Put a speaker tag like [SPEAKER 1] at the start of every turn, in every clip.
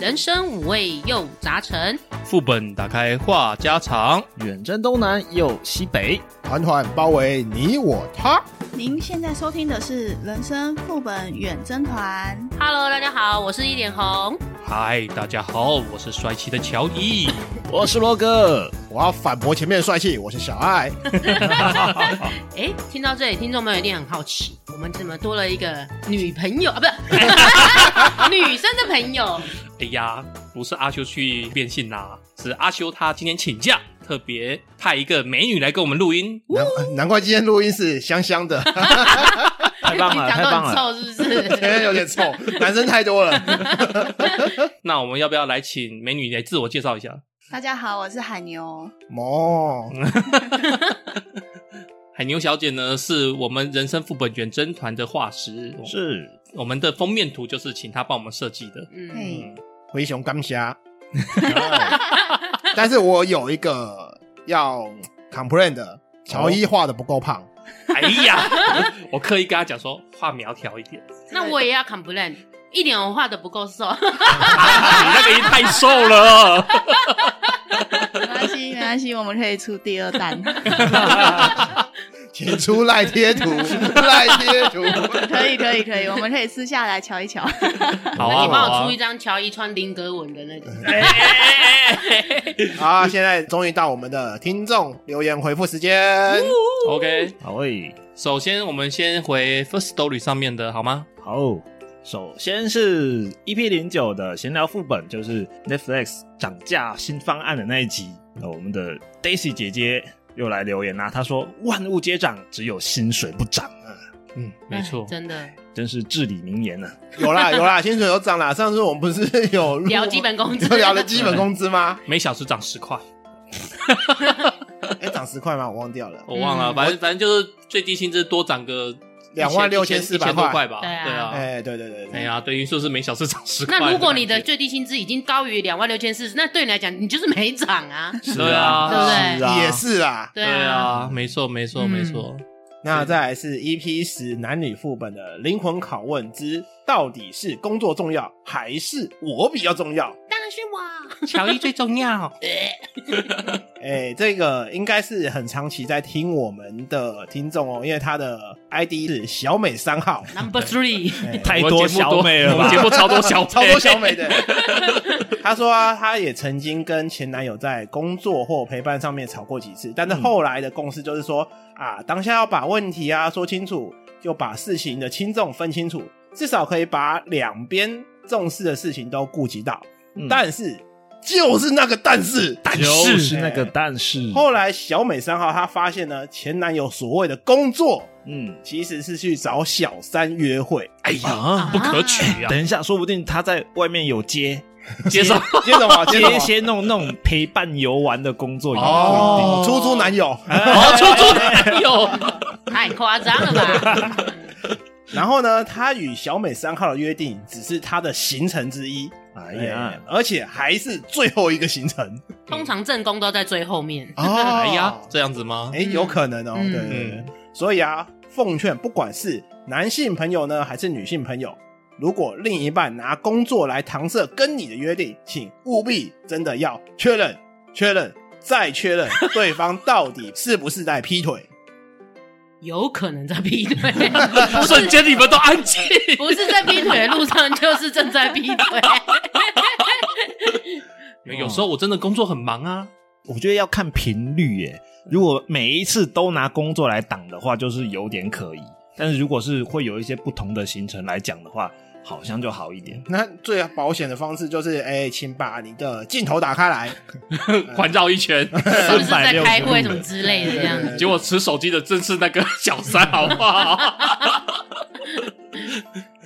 [SPEAKER 1] 人生五味又杂陈。
[SPEAKER 2] 副本打开话家常，
[SPEAKER 3] 远征东南又西北，
[SPEAKER 4] 团团包围你我他。
[SPEAKER 5] 您现在收听的是《人生副本远征团》，
[SPEAKER 1] Hello，大家好，我是一脸红。
[SPEAKER 2] 嗨，大家好，我是帅气的乔伊。
[SPEAKER 3] 我是罗哥。
[SPEAKER 4] 我要反驳前面的帅气，我是小爱。
[SPEAKER 1] 哎，听到这里，听众们一定很好奇，我们怎么多了一个女朋友啊？不是，女生的朋友。
[SPEAKER 2] 哎呀，不是阿修去变性啦，是阿修他今天请假，特别派一个美女来跟我们录音。
[SPEAKER 4] 难难怪今天录音是香香的，
[SPEAKER 3] 太 棒了
[SPEAKER 1] 平常都
[SPEAKER 3] 太棒了
[SPEAKER 1] 很臭是不
[SPEAKER 4] 今天
[SPEAKER 1] 是？
[SPEAKER 4] 有点臭，男生太多了。
[SPEAKER 2] 那我们要不要来请美女来自我介绍一下？
[SPEAKER 5] 大家好，我是海牛。
[SPEAKER 4] 哦，
[SPEAKER 2] 海牛小姐呢，是我们人生副本远征团的画师，
[SPEAKER 3] 是
[SPEAKER 2] 我们的封面图就是请她帮我们设计的。
[SPEAKER 1] 嗯，
[SPEAKER 5] 嘿，
[SPEAKER 4] 灰熊刚虾。但是我有一个要 complain 的，乔伊画的不够胖。
[SPEAKER 2] 哎呀，我刻意跟她讲说画苗条一点，
[SPEAKER 1] 那我也要 complain，一点我画的不够瘦。
[SPEAKER 2] 你那个也太瘦了。
[SPEAKER 5] 没关
[SPEAKER 1] 嗯
[SPEAKER 5] 系，没关系，我们可以出第二弹，
[SPEAKER 4] 请出赖 贴图，赖贴图。
[SPEAKER 5] 可以，可以，可以，我们可以私下来瞧一瞧。
[SPEAKER 1] 那
[SPEAKER 2] 好啊，
[SPEAKER 1] 你
[SPEAKER 2] 好
[SPEAKER 1] 帮我
[SPEAKER 2] 啊
[SPEAKER 1] 出一。张乔伊穿菱格纹的那种。
[SPEAKER 2] 哎哎哎哎哎
[SPEAKER 4] 好啊，现在终于到我们的听众留言回复时间。
[SPEAKER 2] OK，
[SPEAKER 3] 好诶，
[SPEAKER 2] 首先我们先回 First Story 上面的好吗？
[SPEAKER 3] 好。首先是 EP 零九的闲聊副本，就是 Netflix 涨价新方案的那一集。呃，我们的 Daisy 姐姐又来留言啦、她说：“万物皆涨，只有薪水不涨啊
[SPEAKER 2] 没错
[SPEAKER 1] 哎，真的！”
[SPEAKER 3] 真是至理名言呐、啊。
[SPEAKER 4] 有啦有啦，薪水有涨啦。上次我们不是有录
[SPEAKER 1] 聊基本工资，
[SPEAKER 4] 就 聊了基本工资吗？
[SPEAKER 2] 每小时涨十块，
[SPEAKER 1] 嗯
[SPEAKER 4] 哎，涨十块吗？我忘掉了，
[SPEAKER 2] 我忘了，
[SPEAKER 1] 嗯
[SPEAKER 2] 反正反正就是最低薪资多涨个
[SPEAKER 4] 26,400
[SPEAKER 2] 1000多块吧，
[SPEAKER 1] 对啊
[SPEAKER 2] 对啊，
[SPEAKER 4] 哎，对对对
[SPEAKER 2] 哎
[SPEAKER 4] 对，
[SPEAKER 2] 呀，等于说是每小时涨十 块。
[SPEAKER 1] 那如果你的最低薪资已经高于两万六千四，那对你来讲，你就是没涨啊，
[SPEAKER 3] 是
[SPEAKER 2] 对 啊
[SPEAKER 1] 对不对
[SPEAKER 3] 是啊，
[SPEAKER 4] 也是啦。
[SPEAKER 1] 对
[SPEAKER 2] 对
[SPEAKER 1] 啊，
[SPEAKER 2] 啊，没错没错
[SPEAKER 1] 嗯
[SPEAKER 2] 没错，
[SPEAKER 4] 那再来是 EP 十男女副本的灵魂拷问之到底是工作重要还是我比较重要？
[SPEAKER 1] 当然是我。
[SPEAKER 2] 乔伊最重要。
[SPEAKER 4] 哎、这个应该是很长期在听我们的听众哦，因为他的 ID 是小美三 号，
[SPEAKER 1] Number three，
[SPEAKER 4] 哎
[SPEAKER 3] 太
[SPEAKER 2] 我
[SPEAKER 3] 多
[SPEAKER 2] 们节目
[SPEAKER 3] 小美了
[SPEAKER 2] 我们
[SPEAKER 3] 吧
[SPEAKER 2] 节？目超多小
[SPEAKER 4] 超多小美的。他说啊，他也曾经跟前男友在工作或陪伴上面吵过几次，但是后来的共识就是说啊，当下要把问题啊说清楚，就把事情的轻重分清楚，至少可以把两边重视的事情都顾及到。
[SPEAKER 3] 嗯
[SPEAKER 4] 但是就是那个但是，
[SPEAKER 3] 但
[SPEAKER 2] 是
[SPEAKER 3] 是那个但是，
[SPEAKER 4] 后来小美三号她发现呢，前男友所谓的工作
[SPEAKER 3] 嗯，
[SPEAKER 4] 其实是去找小三约会，
[SPEAKER 2] 哎呀，不可取啊！
[SPEAKER 3] 等一下，说不定他在外面有接
[SPEAKER 2] 接受
[SPEAKER 4] 接着我接着
[SPEAKER 3] 接一
[SPEAKER 4] 我
[SPEAKER 3] 些那种那种陪伴游玩的工作也不一定
[SPEAKER 2] 哦
[SPEAKER 4] 出租男友。
[SPEAKER 2] 哦，出租男友，
[SPEAKER 1] 太夸张了吧？
[SPEAKER 4] 然后呢，他与小美三号的约定只是他的行程之一，
[SPEAKER 3] 哎
[SPEAKER 4] 哎
[SPEAKER 3] 呀
[SPEAKER 4] 呀，，而且还是最后一个行程
[SPEAKER 1] 通常正宫都在最后面。
[SPEAKER 4] 哦。
[SPEAKER 2] 哎呀，这样子吗
[SPEAKER 4] 哎，？有可能哦，
[SPEAKER 1] 嗯
[SPEAKER 4] 对对对。所以啊，奉劝不管是男性朋友呢，还是女性朋友，如果另一半拿工作来搪塞跟你的约定，请务必真的要确认、确认再确认对方到底是不是在劈腿。
[SPEAKER 1] 有可能在劈腿，
[SPEAKER 2] 瞬间你们都安静。
[SPEAKER 1] 不是在劈腿的路上，就是正在劈腿。
[SPEAKER 4] 哦
[SPEAKER 2] 有时候我真的工作很忙 啊，
[SPEAKER 3] 我觉得要看频率耶。如果每一次都拿工作来挡的话，就是有点可疑；但是如果是会有一些不同的行程来讲的话，好像就好一点。
[SPEAKER 4] 那最保险的方式就是，哎，请把你的镜头打开来，
[SPEAKER 2] 环绕一 圈，
[SPEAKER 1] 是不是在
[SPEAKER 3] 360
[SPEAKER 1] 开会什么之类的这样子？
[SPEAKER 2] 结果持手机的正是那个小三，好不好？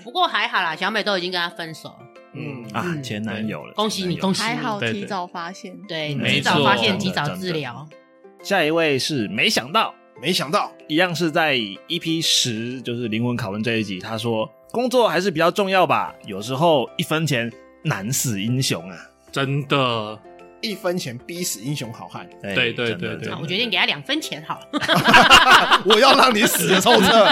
[SPEAKER 1] 不过还好啦，小美都已经跟他分手了，
[SPEAKER 4] 嗯
[SPEAKER 3] 啊，
[SPEAKER 1] 嗯
[SPEAKER 3] 前男友了，
[SPEAKER 1] 恭喜你，恭
[SPEAKER 3] 喜！
[SPEAKER 1] 喜
[SPEAKER 5] 还
[SPEAKER 1] 你！
[SPEAKER 5] 好
[SPEAKER 2] 对对
[SPEAKER 5] 提早发现，
[SPEAKER 1] 对，
[SPEAKER 3] 没
[SPEAKER 1] 及早
[SPEAKER 2] 错
[SPEAKER 1] 发现，
[SPEAKER 2] 真的
[SPEAKER 1] 及早
[SPEAKER 3] 真的
[SPEAKER 1] 治疗。
[SPEAKER 3] 下一位是没想到，
[SPEAKER 4] 没想到
[SPEAKER 3] 一样是在 EP 十，就是灵魂拷问这一集，他说工作还是比较重要吧，有时候一分钱难死英雄啊。
[SPEAKER 2] 真 的，
[SPEAKER 4] 一分钱逼死英雄好汉，
[SPEAKER 3] 哎
[SPEAKER 2] 对对
[SPEAKER 3] 真的
[SPEAKER 1] 啊
[SPEAKER 2] 对对
[SPEAKER 3] 真的
[SPEAKER 1] 好我决定给他两分钱好了。
[SPEAKER 4] 我要让你死的臭彻。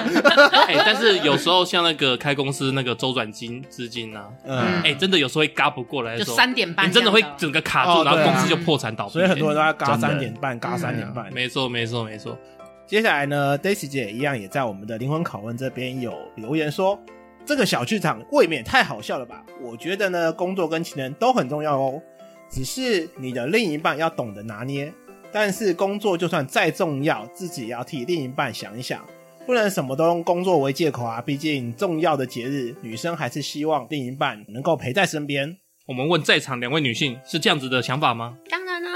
[SPEAKER 2] 哎、但是有时候像那个开公司那个周转金资金呐、啊，
[SPEAKER 4] 嗯
[SPEAKER 1] 嗯，
[SPEAKER 2] 哎、真的有时候会嘎不过来的
[SPEAKER 1] 就
[SPEAKER 2] 时候，
[SPEAKER 1] 三点半
[SPEAKER 2] 你
[SPEAKER 1] 这
[SPEAKER 2] 真
[SPEAKER 1] 样
[SPEAKER 2] 的
[SPEAKER 1] 啊，
[SPEAKER 2] 会整个卡住，
[SPEAKER 4] 哦
[SPEAKER 2] 然后
[SPEAKER 4] 对啊
[SPEAKER 2] 公司就破产倒闭。
[SPEAKER 4] 所以很多人都要嘎
[SPEAKER 3] 真的
[SPEAKER 4] 三点半，嘎三点半。
[SPEAKER 2] 嗯没错，没错，没错。
[SPEAKER 4] 接下来呢，Daisy 姐一样也在我们的灵魂拷问这边有留言说，这个小剧场未免太好笑了吧？我觉得呢，工作跟情人都很重要哦，只是你的另一半要懂得拿捏。但是工作就算再重要，自己也要替另一半想一想，不能什么都用工作为借口啊！毕竟重要的节日，女生还是希望另一半能够陪在身边。
[SPEAKER 2] 我们问在场两位女性是这样子的想法吗？
[SPEAKER 1] 当然啦、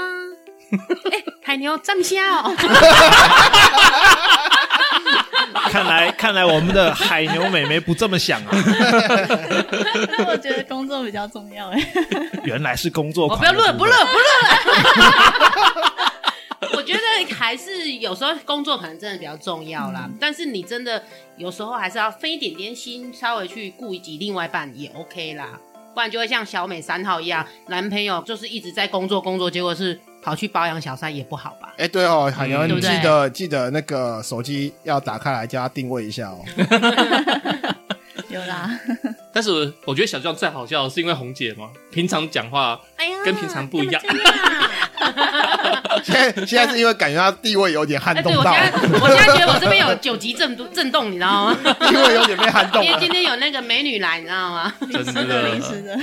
[SPEAKER 1] 哎、海牛站不下哦，
[SPEAKER 3] 看来看来我们的海牛美眉不这么想啊，
[SPEAKER 5] 但我觉得工作比较重 要哎。
[SPEAKER 3] 原来是工作
[SPEAKER 1] 我
[SPEAKER 3] 狂。
[SPEAKER 1] 哦不要乐，不乐，不乐。 我觉得还是有时候工作可能真的比较重要啦，但是你真的有时候还是要分一点点心，稍微去顾及另外一半也 OK 啦，不然就会像小美三号一样，男朋友就是一直在工作工作，结果是跑去包养小三也不好吧？
[SPEAKER 6] 哎、对哦，海洋，
[SPEAKER 1] 嗯对
[SPEAKER 6] 你
[SPEAKER 1] 不
[SPEAKER 6] 记
[SPEAKER 1] 对
[SPEAKER 6] 得记得那个手机要打开来，叫他定位一下 哦。
[SPEAKER 5] 有啦，
[SPEAKER 2] 但是我觉得小壮最好笑的是因为红姐嘛，平常讲话
[SPEAKER 1] 哎呀，
[SPEAKER 2] 跟平常不一样
[SPEAKER 1] 干嘛这样啊
[SPEAKER 6] 现在现在是因为感觉他地位有点撼
[SPEAKER 1] 哎，
[SPEAKER 6] 动
[SPEAKER 1] 对我
[SPEAKER 6] 到
[SPEAKER 1] 现，在我现在觉得我这边有九级震动震动，你知道吗？
[SPEAKER 6] 地位有点被撼动啊
[SPEAKER 1] 因为
[SPEAKER 6] 了
[SPEAKER 1] 今。天有那个美女来，你知道吗？
[SPEAKER 2] 真
[SPEAKER 5] 吃的零食
[SPEAKER 2] 的
[SPEAKER 5] 的，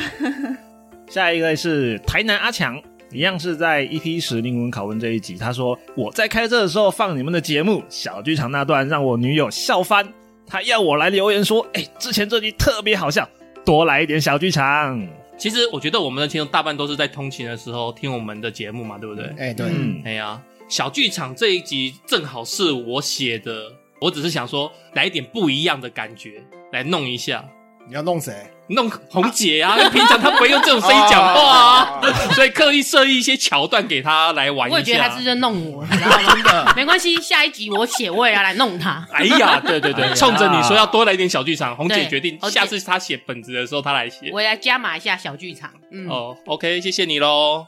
[SPEAKER 3] 下一位是台南阿强，一样是在 EP 十灵魂拷问这一集，他说我在开车的时候放你们的节目，小剧场那段让我女友笑翻，她要我来留言说，哎、之前这集特别好笑，多来一点小剧场。
[SPEAKER 2] 其实我觉得我们的听众大半都是在通勤的时候听我们的节目嘛，对不对？
[SPEAKER 6] 哎、对，
[SPEAKER 3] 嗯，
[SPEAKER 2] 哎呀，小剧场这一集正好是我写的，我只是想说来一点不一样的感觉，来弄一下，
[SPEAKER 6] 你要弄谁？
[SPEAKER 2] 弄红姐啊，因为平常她不会用这种声音讲话啊， 所以刻意设计一些桥段给她来玩一下。
[SPEAKER 1] 我也觉得他是在弄我，你知道吗？真 的，没关系，下一集我写，我也要来弄他。
[SPEAKER 2] 哎呀，对对对，
[SPEAKER 3] 哎呀
[SPEAKER 2] 冲着你说要多来一点小剧场，红姐
[SPEAKER 1] 对
[SPEAKER 2] 决定
[SPEAKER 1] 红姐
[SPEAKER 2] 下次她写本子的时候她来写。
[SPEAKER 1] 我也来加码一下小剧场，嗯，
[SPEAKER 2] 哦，OK，谢谢你喽。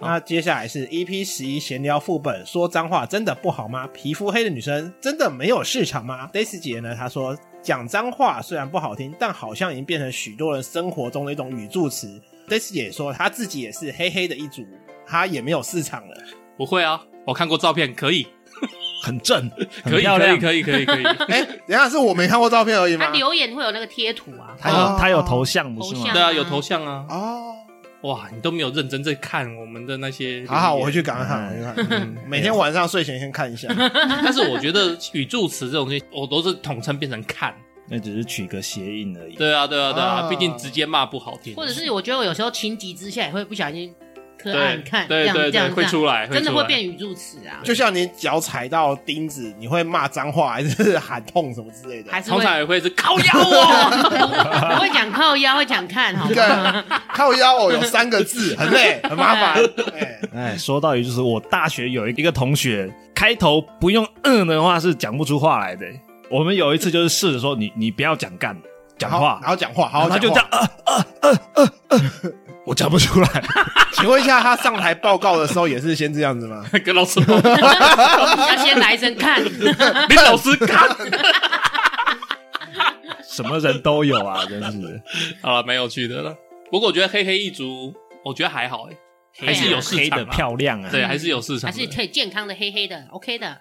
[SPEAKER 4] 那接下来是 EP 十一闲聊副本，说脏话真的不好吗？皮肤黑的女生真的没有市场吗？Daisy 姐呢？她说讲脏话虽然不好听，但好像已经变成许多人生活中的一种语助词。Daisy 姐说她自己也是黑黑的一族，她也没有市场了。
[SPEAKER 2] 不会啊，我看过照片，可以，
[SPEAKER 3] 很正，很
[SPEAKER 2] 可以，
[SPEAKER 3] 漂
[SPEAKER 2] 可以，
[SPEAKER 3] 亮。
[SPEAKER 2] 可以，可以，可以。
[SPEAKER 6] 哎、 等一下是我没看过照片而已
[SPEAKER 1] 他
[SPEAKER 6] 吗？
[SPEAKER 1] 留言啊会有那个贴图啊，
[SPEAKER 3] 他有他有头像不是
[SPEAKER 1] 头
[SPEAKER 3] 吗
[SPEAKER 1] 像？
[SPEAKER 2] 对啊，有头像啊。
[SPEAKER 6] 哦，
[SPEAKER 2] 哇，你都没有认真在看我们的那些。
[SPEAKER 6] 好好，我回。去赶快看，
[SPEAKER 3] 嗯
[SPEAKER 6] 我回去看。嗯每天晚上睡前先看一下。
[SPEAKER 4] 嗯
[SPEAKER 2] 但是我觉得语助词这种东西，我都是统称变成看。
[SPEAKER 3] 那只是取个谐音而已。
[SPEAKER 2] 对啊，对啊，对啊，
[SPEAKER 6] 啊
[SPEAKER 2] 毕竟直接骂不好听，
[SPEAKER 1] 哦或者是我觉得我有时候情急之下也会不小心磕
[SPEAKER 2] 对
[SPEAKER 1] 暗看，这
[SPEAKER 2] 对
[SPEAKER 1] 样
[SPEAKER 2] 对
[SPEAKER 1] 这
[SPEAKER 2] 对，
[SPEAKER 1] 样
[SPEAKER 2] 会出来，
[SPEAKER 1] 真的
[SPEAKER 2] 出来
[SPEAKER 1] 会变语助词啊，
[SPEAKER 6] 就像你脚踩到钉子，你会骂脏话还是喊痛什么之类的？
[SPEAKER 1] 还是
[SPEAKER 2] 通
[SPEAKER 1] 会
[SPEAKER 2] 常也会是靠腰哦。
[SPEAKER 1] 我 会讲靠腰，会讲看，好
[SPEAKER 6] 你
[SPEAKER 1] 吗？
[SPEAKER 6] 看靠腰哦，有三个 字，很累，很麻烦。
[SPEAKER 1] 嗯
[SPEAKER 6] 哎，
[SPEAKER 3] 哎，说到一句，就是我大学有一个同学，开头不用嗯的话是讲不出话来的。我们有一次就是试着说你你不要讲干讲
[SPEAKER 6] 好，
[SPEAKER 3] 话
[SPEAKER 6] 然，后讲话，好好
[SPEAKER 3] 然后他就
[SPEAKER 6] 讲
[SPEAKER 3] 这
[SPEAKER 6] 话
[SPEAKER 3] 样呃呃呃呃呃，我讲不出来。
[SPEAKER 6] 请问一下，他上台报告的时候也是先这样子吗？
[SPEAKER 2] 跟老师说，
[SPEAKER 1] 要先来一声 看，
[SPEAKER 2] 你老师看。
[SPEAKER 3] 什么人都有啊，真是。
[SPEAKER 2] 好了，蛮有趣的了。不过我觉得黑黑一族，我觉得还好哎、还是有市
[SPEAKER 3] 黑
[SPEAKER 2] 场、
[SPEAKER 3] 的。漂亮啊，
[SPEAKER 2] 对，还是有市场
[SPEAKER 1] 啊还
[SPEAKER 2] 的。
[SPEAKER 1] 是可以健康的黑黑的，OK 的。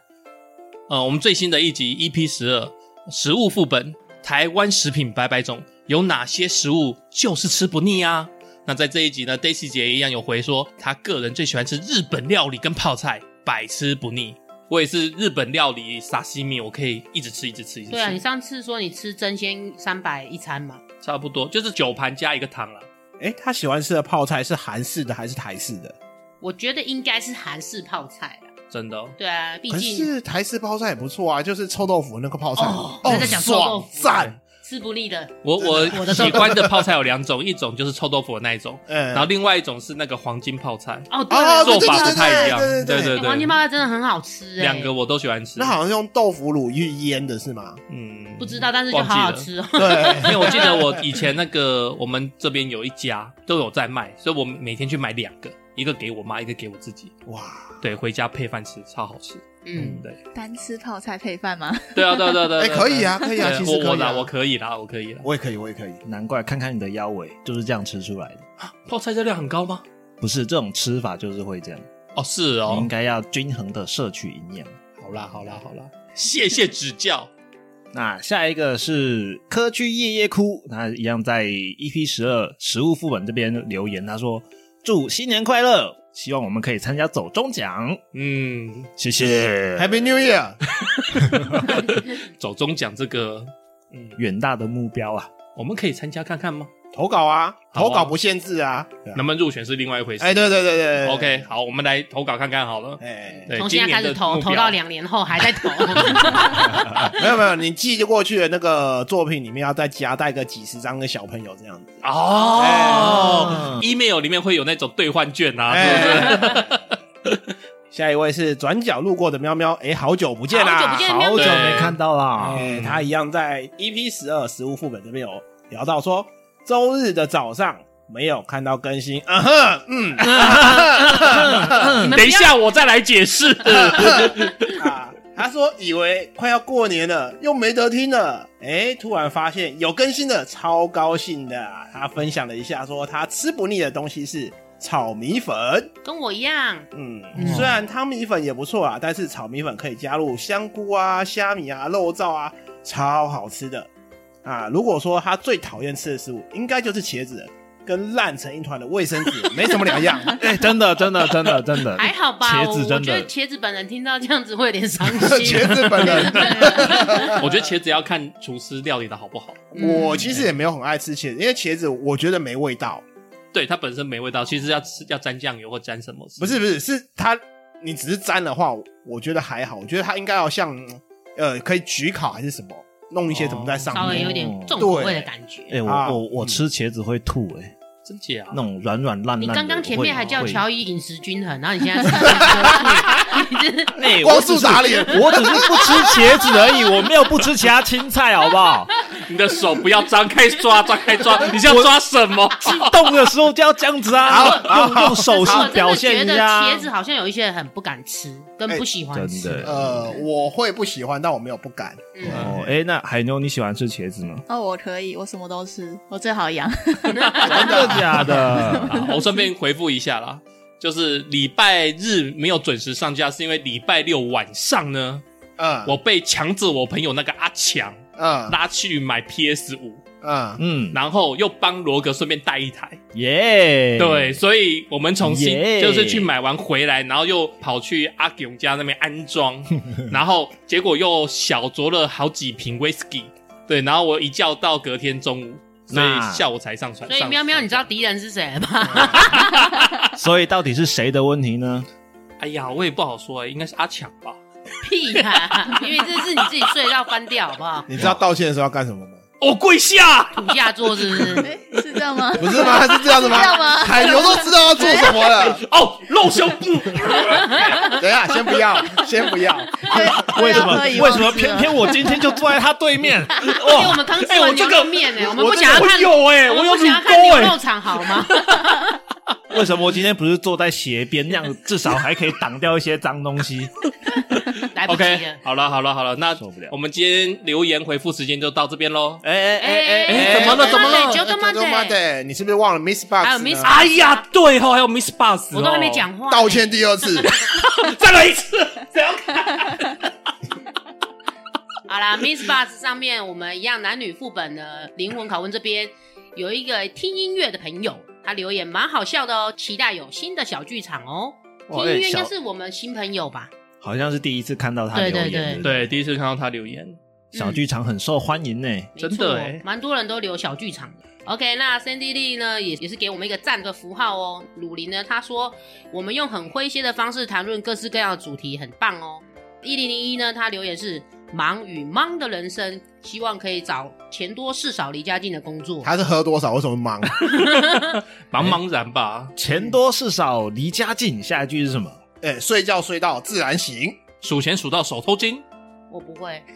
[SPEAKER 2] 呃，我们最新的一集 EP 十二食物副本，台湾食品百百种，有哪些食物就是吃不腻啊？那在这一集呢，Daisy 姐一样有回说，她个人最喜欢吃日本料理跟泡菜，百吃不腻。我也是日本料理沙西米，我可以一直吃，一直吃，一直吃，
[SPEAKER 1] 对啊，你上次说你吃真鲜三百一餐嘛，
[SPEAKER 2] 差不多就是九盘加一个汤了。
[SPEAKER 4] 哎，她喜欢吃的泡菜是韩式的还是台式的？
[SPEAKER 1] 我觉得应该是韩式泡菜啊。
[SPEAKER 2] 真的哦、
[SPEAKER 1] 对啊，毕
[SPEAKER 6] 可
[SPEAKER 1] 竟
[SPEAKER 6] 是台式泡菜也不错啊，就是臭豆腐那个泡菜，
[SPEAKER 1] 哦
[SPEAKER 6] 哦
[SPEAKER 1] 他在讲臭豆
[SPEAKER 6] 爽
[SPEAKER 1] 腐
[SPEAKER 6] 赞，
[SPEAKER 1] 吃不腻的。
[SPEAKER 2] 我
[SPEAKER 1] 我
[SPEAKER 2] 我
[SPEAKER 1] 的
[SPEAKER 2] 喜欢的泡菜有 两种，一种就是臭豆腐的那一种，
[SPEAKER 6] 嗯
[SPEAKER 2] 然后另外一种是那个黄金泡菜，
[SPEAKER 1] 哦，对
[SPEAKER 6] 哦
[SPEAKER 1] 了
[SPEAKER 6] 对
[SPEAKER 2] 做法不太一样。
[SPEAKER 6] 对对对
[SPEAKER 2] 对
[SPEAKER 6] 对
[SPEAKER 2] 对
[SPEAKER 1] 欸黄金
[SPEAKER 2] 对，
[SPEAKER 1] 包真的很好吃哎、
[SPEAKER 2] 两个我都喜欢吃
[SPEAKER 6] 那。好像是用豆腐乳去腌的是吗？
[SPEAKER 2] 嗯，
[SPEAKER 1] 不知道，但是就好好吃 哦。
[SPEAKER 6] 对，
[SPEAKER 2] 因为我记得我以前那个我们这边有一家都有在卖，所以我每天去买两个。一个给我妈，一个给我自己。
[SPEAKER 4] 哇，
[SPEAKER 2] 对，回家配饭吃，超好吃。
[SPEAKER 1] 嗯，
[SPEAKER 2] 对，
[SPEAKER 5] 单吃泡菜配饭吗？
[SPEAKER 2] 对啊，对啊对啊对啊
[SPEAKER 4] 哎，
[SPEAKER 2] 对啊
[SPEAKER 4] 可以啊，可以啊，
[SPEAKER 2] 对
[SPEAKER 4] 其实
[SPEAKER 2] 我
[SPEAKER 4] 可
[SPEAKER 2] 我
[SPEAKER 4] 以
[SPEAKER 2] 啦，
[SPEAKER 4] 啊，
[SPEAKER 2] 我可以啦，我可以啦。
[SPEAKER 4] 我也可以，我也可以。
[SPEAKER 3] 难怪看看你的腰围就是这样吃出来的。
[SPEAKER 2] 泡菜热量很高吗？
[SPEAKER 3] 不是这种吃法就是会这样，
[SPEAKER 2] 哦，是
[SPEAKER 3] 你
[SPEAKER 2] 哦
[SPEAKER 3] 应。该要均衡的摄取营养。
[SPEAKER 2] 好啦，好啦，好啦，谢谢指 教。
[SPEAKER 3] 那下一个是科区夜夜哭，那一样在 EP 十二食物副本这边留言，他说祝新年快乐，希望我们可以参加走中奖，
[SPEAKER 2] 嗯，
[SPEAKER 3] 谢谢。
[SPEAKER 4] Happy New Year！
[SPEAKER 2] 走中奖这个，
[SPEAKER 3] 远大的目标啊，
[SPEAKER 2] 我们可以参加看看吗？
[SPEAKER 4] 投稿啊，
[SPEAKER 2] 好啊
[SPEAKER 4] 投稿不限制啊。对啊
[SPEAKER 2] 能不能入选是另外一回事。
[SPEAKER 4] 哎，对对对对
[SPEAKER 2] OK，好，我们来投稿看看好了。
[SPEAKER 4] 哎，
[SPEAKER 2] 对，
[SPEAKER 1] 从
[SPEAKER 2] 今
[SPEAKER 1] 现在
[SPEAKER 2] 年
[SPEAKER 1] 开始
[SPEAKER 2] 的
[SPEAKER 1] 投，
[SPEAKER 2] 目
[SPEAKER 1] 投
[SPEAKER 2] 标
[SPEAKER 1] 到两年后还 在投。
[SPEAKER 4] 啊没有没有，你寄过去的那个作品里面要再夹带个几十张给小朋友这样子。
[SPEAKER 2] 哦，email 里面会有那种兑换券啊，是不是？
[SPEAKER 4] 哎，下一位是转角路过的喵喵，哎，好久不见啦，
[SPEAKER 1] 好久不见
[SPEAKER 3] 好久
[SPEAKER 1] 喵
[SPEAKER 2] 对
[SPEAKER 3] 没看到啊啦，
[SPEAKER 4] 哎、他一样在 EP 十二食物副本这边有聊到说，周日的早上没有看到更新，啊哼，嗯
[SPEAKER 1] 你们不
[SPEAKER 2] 等一
[SPEAKER 1] 要
[SPEAKER 2] 下，我再来解释。
[SPEAKER 4] 啊，他说以为快要过年了，又没得听了，哎、突然发现有更新了，超高兴的啊、他分享了一下说，他吃不腻的东西是炒米粉，
[SPEAKER 1] 跟我一 样，
[SPEAKER 4] 嗯，
[SPEAKER 1] 嗯
[SPEAKER 4] 虽然汤米粉也不错啊，但是炒米粉可以加入香菇啊、虾米啊、肉燥啊，超好吃的啊！如果说他最讨厌吃的食物，应该就是茄子了，跟烂成一团的卫生纸 没什么两样。
[SPEAKER 3] 哎，真的，真的，真的，真的，
[SPEAKER 1] 还好吧？
[SPEAKER 3] 茄
[SPEAKER 1] 我
[SPEAKER 3] 子
[SPEAKER 1] 我
[SPEAKER 3] 真
[SPEAKER 1] 觉得
[SPEAKER 3] 的，
[SPEAKER 1] 茄子本人听到这样子会有点 伤心。
[SPEAKER 4] 茄子本人，
[SPEAKER 2] 我觉得茄子要看厨师料理的好不好，
[SPEAKER 4] 我其实也没有很爱吃茄子，因为茄子我觉得没味道。
[SPEAKER 2] 对它本身没味道，其实要吃要沾酱油或沾什么，
[SPEAKER 4] 不是不是，是它你只是沾的话，我觉得还好。我觉得它应该要像呃，可以焗烤还是什么，弄一些什么在上
[SPEAKER 1] 稍微
[SPEAKER 4] 面。
[SPEAKER 1] 有点重口味的感觉。
[SPEAKER 3] 哎，我
[SPEAKER 4] 啊
[SPEAKER 3] 我我吃茄子会吐，哎，
[SPEAKER 2] 真假？啊
[SPEAKER 3] 那种软软哎烂烂
[SPEAKER 1] 你
[SPEAKER 3] 的会。
[SPEAKER 1] 刚刚前面还叫
[SPEAKER 3] 会
[SPEAKER 1] 乔伊饮食均衡，然后你现在是你这是
[SPEAKER 3] 哎
[SPEAKER 4] 光速打脸，
[SPEAKER 3] 我只是不吃茄子而已，我没有不吃其他青菜，好不好？
[SPEAKER 2] 你的手不要张开抓，张开抓，你是要抓什么？
[SPEAKER 3] 动的时候就要这样 子啊，用用手势
[SPEAKER 1] 我真
[SPEAKER 3] 表
[SPEAKER 1] 的觉
[SPEAKER 3] 现一
[SPEAKER 1] 得
[SPEAKER 3] 下。哎
[SPEAKER 1] 茄子好像有一些人很不敢吃，跟不喜欢吃。
[SPEAKER 3] 真的
[SPEAKER 4] 呃，我会不喜欢，但我没有不敢。
[SPEAKER 1] 嗯，
[SPEAKER 3] 哦，哎，那海妞你喜欢吃茄 子吗？
[SPEAKER 5] 哦，我可以，我什么都吃，我最好养。
[SPEAKER 3] 真的 假的？
[SPEAKER 2] 啊，我顺便回复一下啦，就是礼拜日没有准时上架，是因为礼拜六晚上呢，
[SPEAKER 4] 嗯，
[SPEAKER 2] 我被强制我朋友那个阿强
[SPEAKER 4] 嗯
[SPEAKER 2] 拉去买 PS 五，
[SPEAKER 4] 嗯，
[SPEAKER 3] 嗯，
[SPEAKER 2] 然后又帮罗格顺便带一台，
[SPEAKER 3] 耶，
[SPEAKER 2] 对，，所以我们从新
[SPEAKER 3] 耶
[SPEAKER 2] 就是去买完回来，然后又跑去阿勇家那边安装，然后结果又小酌了好几瓶 whisky，对，然后我一觉到隔天中午，所以
[SPEAKER 3] 那
[SPEAKER 2] 下午才上船。
[SPEAKER 1] 所以
[SPEAKER 2] 上
[SPEAKER 1] 喵喵，
[SPEAKER 2] 上
[SPEAKER 1] 你知道敌人是谁吗？
[SPEAKER 3] 所以到底是谁的问题呢？
[SPEAKER 2] 哎呀，我也不好说、应该是阿强吧？
[SPEAKER 1] 屁呀！ 因为这是你自己睡到翻掉，好不好？
[SPEAKER 4] 你知道道歉的时候要干什么吗？
[SPEAKER 2] 我哦跪下，
[SPEAKER 1] 土下座是不是？
[SPEAKER 5] 哎，是这样吗？
[SPEAKER 4] 不是吗？ 是这样子吗
[SPEAKER 5] 是这样？吗
[SPEAKER 4] 海牛都知道要做什么了。
[SPEAKER 2] 哦，露胸 部，
[SPEAKER 4] 等一下，先不要，先不要。
[SPEAKER 5] 对
[SPEAKER 3] 为什么
[SPEAKER 5] 我要喝
[SPEAKER 3] 为什么
[SPEAKER 5] 饮料
[SPEAKER 1] 啊
[SPEAKER 3] 偏偏我今天就坐在他对 面？
[SPEAKER 1] 因为我们刚吃
[SPEAKER 2] 哎我
[SPEAKER 1] 完
[SPEAKER 2] 这
[SPEAKER 1] 牛
[SPEAKER 2] 个
[SPEAKER 1] 肉面哎，我们
[SPEAKER 2] 我
[SPEAKER 1] 不想要
[SPEAKER 2] 我
[SPEAKER 1] 看，
[SPEAKER 2] 有哎、
[SPEAKER 3] 欸
[SPEAKER 1] 我
[SPEAKER 2] 我
[SPEAKER 1] 们不
[SPEAKER 2] 有乳
[SPEAKER 1] 想要看牛
[SPEAKER 2] 沟哎、
[SPEAKER 1] 肉场好 吗？
[SPEAKER 3] 为什么我今天不是坐在斜边，那样至少还可以挡掉一些脏东 西？
[SPEAKER 1] 来不及啊
[SPEAKER 2] OK，
[SPEAKER 1] 了。
[SPEAKER 2] 好了好了好了，那
[SPEAKER 3] 受不了
[SPEAKER 2] 我们今天留言回复时间就到这边喽。
[SPEAKER 3] 哎哎哎
[SPEAKER 2] 哎
[SPEAKER 3] 哎，
[SPEAKER 2] 怎么了怎么了
[SPEAKER 1] 九个
[SPEAKER 4] 妈的，你是不是忘了 Miss Box？
[SPEAKER 1] 还有
[SPEAKER 4] 呢
[SPEAKER 1] Miss
[SPEAKER 2] 哎呀，对哦，还有 Miss Bus，、哦、
[SPEAKER 1] 我都还没，讲话呢，
[SPEAKER 4] 道歉第二次。
[SPEAKER 2] 再来一次，谁 要看？
[SPEAKER 1] 好啦，Miss Bus 上面我们一样男女副本的灵魂拷问这边有一个听音乐的朋友，他留言蛮好笑的哦，期待有新的小剧场哦。听
[SPEAKER 3] 哇
[SPEAKER 1] 音
[SPEAKER 3] 哎
[SPEAKER 1] 乐应
[SPEAKER 3] 小
[SPEAKER 1] 该是我们新朋友吧？
[SPEAKER 3] 好像是第一次看到他留
[SPEAKER 1] 对
[SPEAKER 3] 言，
[SPEAKER 1] 对对
[SPEAKER 3] 不
[SPEAKER 2] 对，第一次看到他留言，
[SPEAKER 3] 小剧场很受欢迎呢。
[SPEAKER 4] 嗯
[SPEAKER 1] 没错
[SPEAKER 2] 真的哎
[SPEAKER 1] 蛮多人都留小剧场的。OK，那 Sandy Lee 呢，也也是给我们一个赞的符号哦。鲁林呢，他说我们用很诙谐的方式谈论各式各样的主题，很棒哦。一零零一呢，他留言是忙与忙的人生，希望可以找钱多事少、离家近的工作。
[SPEAKER 4] 他是喝多少？为什么忙？
[SPEAKER 2] 茫茫然吧，
[SPEAKER 3] 钱多事少离家近，下一句是什么？
[SPEAKER 4] 哎，睡觉睡到自然醒。
[SPEAKER 2] 数钱数到手抽筋，
[SPEAKER 1] 我不会。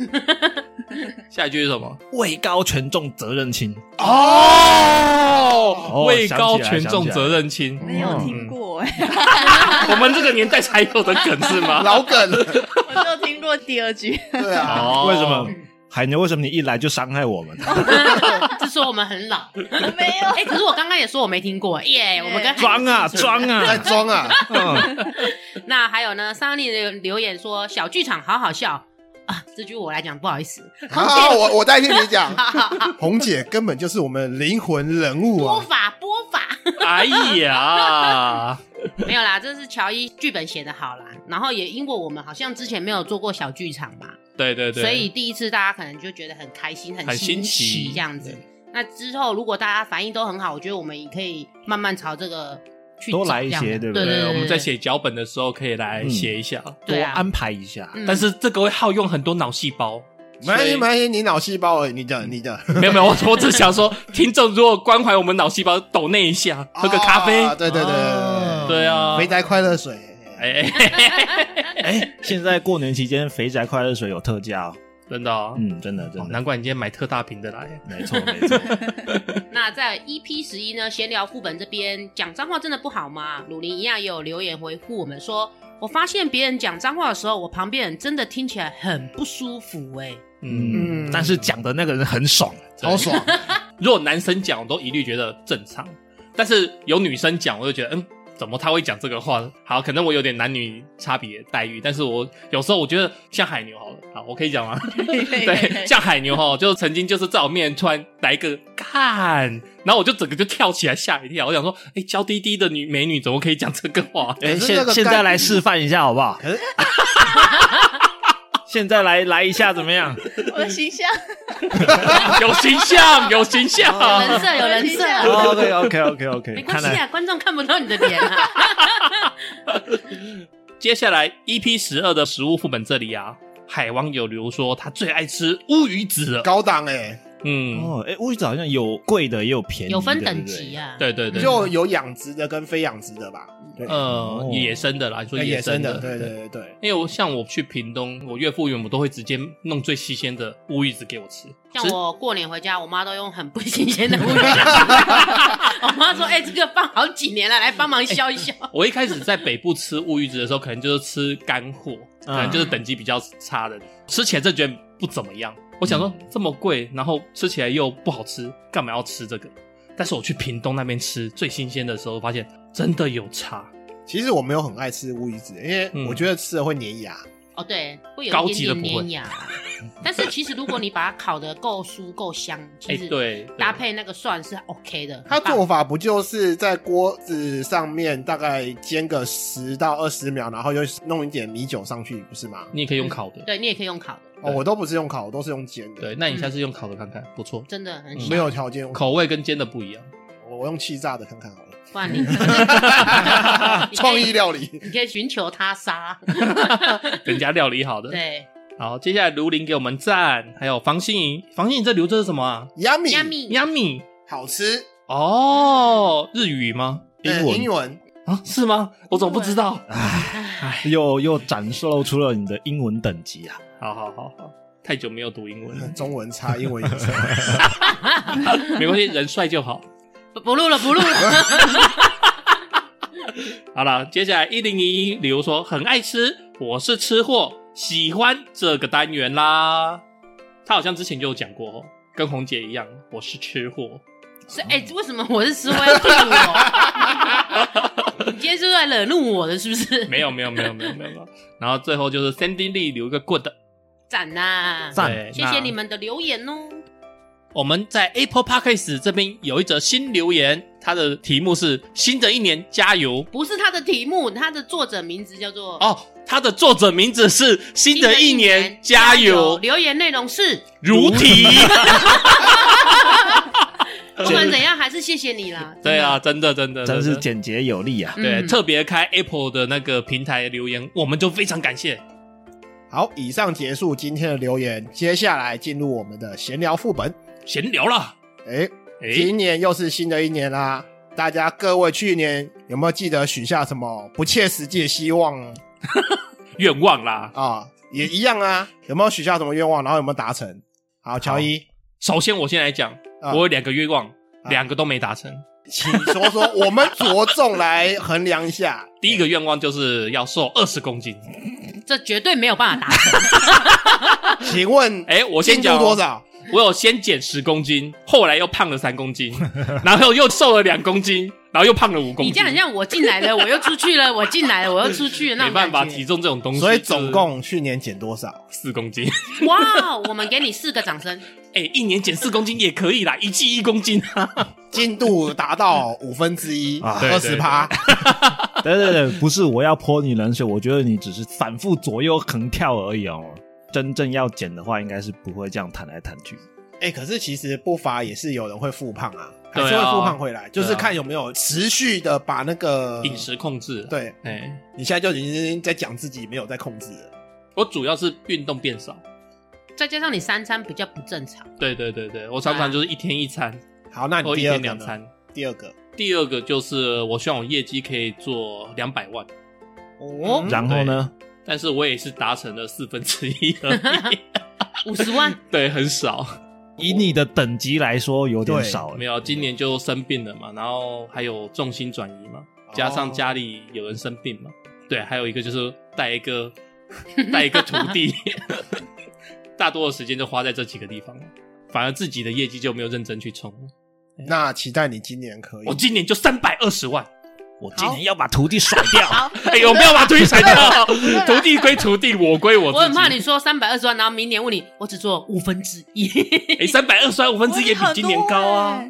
[SPEAKER 2] 下一句是什么？
[SPEAKER 3] 位高权重责任轻，
[SPEAKER 2] 哦
[SPEAKER 3] 哦
[SPEAKER 2] 位
[SPEAKER 3] 想
[SPEAKER 2] 高
[SPEAKER 3] 起来
[SPEAKER 2] 权
[SPEAKER 3] 想
[SPEAKER 2] 重
[SPEAKER 3] 起来
[SPEAKER 2] 责任轻，
[SPEAKER 5] 没有听过哎、
[SPEAKER 2] 我们这个年代才有的梗是吗？
[SPEAKER 4] 老梗了，
[SPEAKER 5] 我就听过第二句。
[SPEAKER 4] 对啊，
[SPEAKER 2] 哦
[SPEAKER 3] 为什么？
[SPEAKER 1] 嗯
[SPEAKER 3] 海牛，为什么你一来就伤害 我们？
[SPEAKER 1] 是说我们很老，
[SPEAKER 5] 我没有
[SPEAKER 1] 哎、可是我刚刚也说我没听过，欸耶、我们跟
[SPEAKER 3] 装
[SPEAKER 1] 海
[SPEAKER 3] 啊装
[SPEAKER 4] 在
[SPEAKER 3] 啊！
[SPEAKER 4] 装啊，
[SPEAKER 3] 嗯，
[SPEAKER 1] 那还有呢，桑尼留留言说小剧场好好笑啊，这句我来讲不好意思，
[SPEAKER 4] 好好，我我代替你讲，红姐根本就是我们灵魂人物
[SPEAKER 1] 播
[SPEAKER 4] 啊，
[SPEAKER 1] 法播法
[SPEAKER 2] 哎呀，
[SPEAKER 1] 没有啦，这是乔伊剧本写的好啦，然后也因为我们好像之前没有做过小剧场嘛，
[SPEAKER 2] 对对对，
[SPEAKER 1] 所以第一次大家可能就觉得很开心、很
[SPEAKER 2] 很新奇
[SPEAKER 1] 奇这样子。那之后如果大家反应都很好，我觉得我们也可以慢慢朝这个去
[SPEAKER 3] 多
[SPEAKER 1] 走
[SPEAKER 3] 来一
[SPEAKER 1] 这样
[SPEAKER 3] 些
[SPEAKER 1] 子对
[SPEAKER 3] 对不对
[SPEAKER 1] 对
[SPEAKER 2] 呃我们在写脚本的时候可以来写一下，
[SPEAKER 3] 嗯
[SPEAKER 1] 对啊
[SPEAKER 3] 安排一下。
[SPEAKER 1] 嗯
[SPEAKER 2] 但是这个会耗用很多脑细胞。
[SPEAKER 4] 没关
[SPEAKER 2] 所以
[SPEAKER 4] 系，没关系，你脑细胞而已，你讲，你讲，
[SPEAKER 2] 没有没有，我我只想说，听众如果关怀我们脑细胞，抖那一下，喝个咖啡。
[SPEAKER 4] 啊对对对对对
[SPEAKER 2] 对啊
[SPEAKER 4] 对，，肥宅快乐水，
[SPEAKER 2] 哎，哎哎
[SPEAKER 3] 哎，现在过年期间，肥宅快乐水有特价哦。
[SPEAKER 2] 真的哦，
[SPEAKER 3] 嗯，真的真
[SPEAKER 2] 哦
[SPEAKER 3] 的，
[SPEAKER 2] 难怪你今天买特大瓶的来。
[SPEAKER 3] 没错没 错。
[SPEAKER 1] 那在 EP 十一呢，闲聊副本这边讲脏话真的不好吗？鲁林一样也有留言回复我们说，我发现别人讲脏话的时候，我旁边人真的听起来很不舒服哎、
[SPEAKER 2] 嗯，
[SPEAKER 3] 嗯，但是讲的那个人很爽。
[SPEAKER 4] 好爽，
[SPEAKER 2] 如果男生讲，我都一律觉得正常，但是有女生讲，我就觉得，嗯，怎么他会讲这个话？好，可能我有点男女差别待遇，但是我有时候我觉得像海牛好了，好，我可以讲吗？ 对，像海牛哈，就曾经就是在我面前突然来一个干，然后我就整个就跳起来吓一跳，我想说，哎，娇滴滴的女美女怎么可以讲这个话？
[SPEAKER 3] 哎，
[SPEAKER 4] 可是
[SPEAKER 3] 现
[SPEAKER 4] 那个
[SPEAKER 3] 现
[SPEAKER 4] 干
[SPEAKER 3] 在来示范一下好不好？
[SPEAKER 4] 可是
[SPEAKER 3] 现在来来一下怎么 样？
[SPEAKER 5] 我的形象，
[SPEAKER 2] 有形象，有形象，
[SPEAKER 1] 有人设有人设，
[SPEAKER 4] 哦
[SPEAKER 3] OK OK OK
[SPEAKER 1] 没
[SPEAKER 3] OK，
[SPEAKER 1] 关
[SPEAKER 3] 看
[SPEAKER 1] 系
[SPEAKER 3] 来
[SPEAKER 1] 啊，观众看不到你的脸 啊。
[SPEAKER 2] 接下来 EP 十二的食物副本这里啊，海王有留说他最爱吃乌鱼子了。
[SPEAKER 4] 高档哎，
[SPEAKER 2] 嗯，
[SPEAKER 3] 哦，哎，乌鱼子好像有贵的，也有便宜的，
[SPEAKER 1] 有分
[SPEAKER 3] 对不
[SPEAKER 1] 等
[SPEAKER 3] 对
[SPEAKER 1] 级。啊，
[SPEAKER 2] 对对对，
[SPEAKER 4] 就有养殖的跟非养殖的吧，对，哦哎
[SPEAKER 2] 呃野生的啦，你说
[SPEAKER 4] 野
[SPEAKER 2] 生
[SPEAKER 4] 生
[SPEAKER 2] 的，
[SPEAKER 4] 的，对对。对对，
[SPEAKER 2] 因为我像我去屏东，我岳父岳母都会直接弄最新鲜的乌鱼子给我吃。
[SPEAKER 1] 像
[SPEAKER 2] 吃
[SPEAKER 1] 我过年回家，我妈都用很不新鲜的物料。 我妈说：“哎、这个放好几年了，来帮忙削 一削。
[SPEAKER 2] 我一开始在北部吃乌鱼子的时候，可能就是吃干货，可
[SPEAKER 4] 啊
[SPEAKER 2] 能就是等级比较差的，吃起来真的觉得不怎么样。我想说这么贵，然后吃起来又不好吃，干嘛要吃这个？但是我去屏东那边吃最新鲜的时候，发现真的有差，
[SPEAKER 4] 其实我没有很爱吃乌鱼子，因为我觉得吃了会粘牙。
[SPEAKER 1] 哦，对，会
[SPEAKER 2] 高
[SPEAKER 1] 有一
[SPEAKER 2] 级的
[SPEAKER 1] 点
[SPEAKER 2] 不
[SPEAKER 1] 点
[SPEAKER 2] 会
[SPEAKER 1] 粘牙。但是其实如果你把它烤的够酥够香，
[SPEAKER 2] 哎、
[SPEAKER 1] 其实
[SPEAKER 2] 对，
[SPEAKER 1] 搭配那个蒜是 OK 的。
[SPEAKER 4] 它
[SPEAKER 1] 很棒
[SPEAKER 4] 做法不就是在锅子上面大概煎个十到二十秒，然后又弄一点米酒上去，不是吗？
[SPEAKER 2] 你也可以用烤的，
[SPEAKER 1] 对你也可以用烤的，
[SPEAKER 4] 哦，我都不是用烤，我都是用煎的，
[SPEAKER 2] 对，那你下次用烤的看看，不错，
[SPEAKER 1] 真的很
[SPEAKER 2] 嗯
[SPEAKER 1] 香。
[SPEAKER 4] 没有条件用烤，
[SPEAKER 2] 口味跟煎的不一 样。
[SPEAKER 4] 我我用气炸的看看好了。
[SPEAKER 1] 不然你 你可以
[SPEAKER 4] 创意，料理，
[SPEAKER 1] 你可以寻求他杀。
[SPEAKER 2] 人家料理好的。
[SPEAKER 1] 对
[SPEAKER 2] 好，接下来卢林给我们赞，还有房心怡，房心怡这留着是什么啊？
[SPEAKER 4] yummy，
[SPEAKER 1] ，yummy，
[SPEAKER 2] 亚米
[SPEAKER 4] 好吃。
[SPEAKER 2] 哦，日语吗？
[SPEAKER 3] 英
[SPEAKER 4] 呃
[SPEAKER 3] 文
[SPEAKER 4] 英文，，
[SPEAKER 2] 啊，是吗？我怎么不知道？
[SPEAKER 3] 又又展示露出了你的英文等级啊！
[SPEAKER 2] 好好好好，太久没有读英文了
[SPEAKER 4] 中文差，英文也差。
[SPEAKER 2] 没关系，人帅就好。
[SPEAKER 1] 不不录了，不录了。
[SPEAKER 2] 好了，接下来一零一一，比如说很爱吃，我是吃货，喜欢这个单元啦。他好像之前就有讲过哦，跟红姐一样，我是吃货。
[SPEAKER 1] 是哎、为什么我是吃歪吐我？你今 天是不是来惹怒我的？是不是？
[SPEAKER 2] 没有没有没有没有没有没有。然后最后就是 Sandy Lee 留一个 good，
[SPEAKER 1] 赞呐、
[SPEAKER 3] 赞
[SPEAKER 2] 对
[SPEAKER 1] 谢谢你。们的留言哦。
[SPEAKER 2] 那我们在 Apple Podcast 这边有一则新留言，它的题目是“新的一年加油
[SPEAKER 1] 不是他的题目，他的作者名字叫做”。
[SPEAKER 2] 哦。它的作者名字是“新的一年加油
[SPEAKER 1] 留言内容是，”，
[SPEAKER 2] 如 题。
[SPEAKER 1] 不管怎样还是谢谢你啦。
[SPEAKER 2] 对啊，
[SPEAKER 1] 真
[SPEAKER 2] 真的真的
[SPEAKER 3] 真是
[SPEAKER 2] 简
[SPEAKER 3] 简洁有力啊！
[SPEAKER 1] 的，
[SPEAKER 2] 对，
[SPEAKER 1] 嗯
[SPEAKER 2] 特别开 Apple 的那个平台留言，我们就非常感谢。
[SPEAKER 4] 好，以上结束今天的留言，接下来进入我们的闲聊副本。
[SPEAKER 2] 闲聊啦，
[SPEAKER 4] 哎，
[SPEAKER 2] 诶，
[SPEAKER 4] 今年又是新的一年啦，大家各位去年有没有记得许下什么不切实际的希望呢
[SPEAKER 2] 愿望啦，
[SPEAKER 4] 啊？也一样啊。有没有许下什么愿望，然后有没有达成？好，乔伊，
[SPEAKER 2] 首先，我先来讲，
[SPEAKER 4] 啊
[SPEAKER 2] 我有两个愿望，两个都没达成。
[SPEAKER 4] 请说说，我们着重来衡量一下。
[SPEAKER 2] 第一个愿望就是要瘦二十公斤。
[SPEAKER 1] 这绝对没有办 法达成。
[SPEAKER 4] 请问，
[SPEAKER 2] 哎，我先
[SPEAKER 4] 进
[SPEAKER 2] 讲
[SPEAKER 4] 度
[SPEAKER 2] 哦
[SPEAKER 4] 多？少？
[SPEAKER 2] 我有先减十公斤，后来又胖了三公 斤，然后又瘦了两公斤，然后又胖了五公斤。
[SPEAKER 1] 你这样很像我进来了，我又出去了，我进来了，我又出 去了，那
[SPEAKER 2] 没
[SPEAKER 1] 种
[SPEAKER 2] 办法，
[SPEAKER 1] 感
[SPEAKER 2] 体
[SPEAKER 1] 觉。
[SPEAKER 2] 重这种东西，
[SPEAKER 4] 所以总共去年减多少？
[SPEAKER 2] 四公斤。
[SPEAKER 1] 哇，我们给你四个掌声。
[SPEAKER 2] 哎、一年减四公斤也可以啦，一季一公 斤
[SPEAKER 4] 嗯
[SPEAKER 2] 啊。
[SPEAKER 4] 进度达到五分之一，
[SPEAKER 3] 啊
[SPEAKER 2] 对
[SPEAKER 4] 二十趴。
[SPEAKER 3] 对对对，不是我要泼你冷水，我觉得你只是反复左右横跳而已哦。真正要减的话，应该是不会这样弹来弹去。
[SPEAKER 4] 哎、可是其实不乏也是有人会复胖啊，还
[SPEAKER 2] 对啊
[SPEAKER 4] 是会复胖回来，就是
[SPEAKER 2] 对啊
[SPEAKER 4] 看有没有持续的把那个
[SPEAKER 2] 饮。食控制，，
[SPEAKER 4] 对
[SPEAKER 2] 哎、
[SPEAKER 4] 你现在就已经在讲自己没有在控制了，
[SPEAKER 2] 我主要是运动变少。
[SPEAKER 1] 再加上你三餐比较不正常，
[SPEAKER 2] 对对对对，我常常就是一天一餐，
[SPEAKER 4] 好，那你
[SPEAKER 2] 或一
[SPEAKER 4] 第二
[SPEAKER 2] 天
[SPEAKER 4] 个
[SPEAKER 2] 两
[SPEAKER 4] 呢
[SPEAKER 2] 餐。
[SPEAKER 4] 第二个
[SPEAKER 2] 第二个就是我希望我业绩可以做两百万，
[SPEAKER 1] 哦
[SPEAKER 4] 嗯，
[SPEAKER 3] 然后呢，
[SPEAKER 2] 但是我也是达成了四分之一而 已，
[SPEAKER 1] 五十万，
[SPEAKER 2] 对，很少。
[SPEAKER 3] 以你的等级来说，有点
[SPEAKER 4] 对
[SPEAKER 3] 少了
[SPEAKER 2] 没。有，啊今年就生病了嘛，然后还有重心转移嘛，
[SPEAKER 4] 哦
[SPEAKER 2] 加上家里有人生病嘛，对，还有一个就是带一个 带一个徒弟， 大多的时间就花在这几个地方了，反而自己的业绩就没有认真去冲。
[SPEAKER 4] 哦那期待你今年可以
[SPEAKER 2] 我。今年就三百二十万，
[SPEAKER 3] 我今年要把徒弟甩掉。
[SPEAKER 2] 哎呦，不要把徒弟甩掉， 徒弟归徒弟，我归我自己。
[SPEAKER 1] 我很怕你说三百二十万，然后明年问你，我只做五分之一，
[SPEAKER 2] 哎，三百二十万五分之一也比今年高
[SPEAKER 5] 哎
[SPEAKER 2] 啊，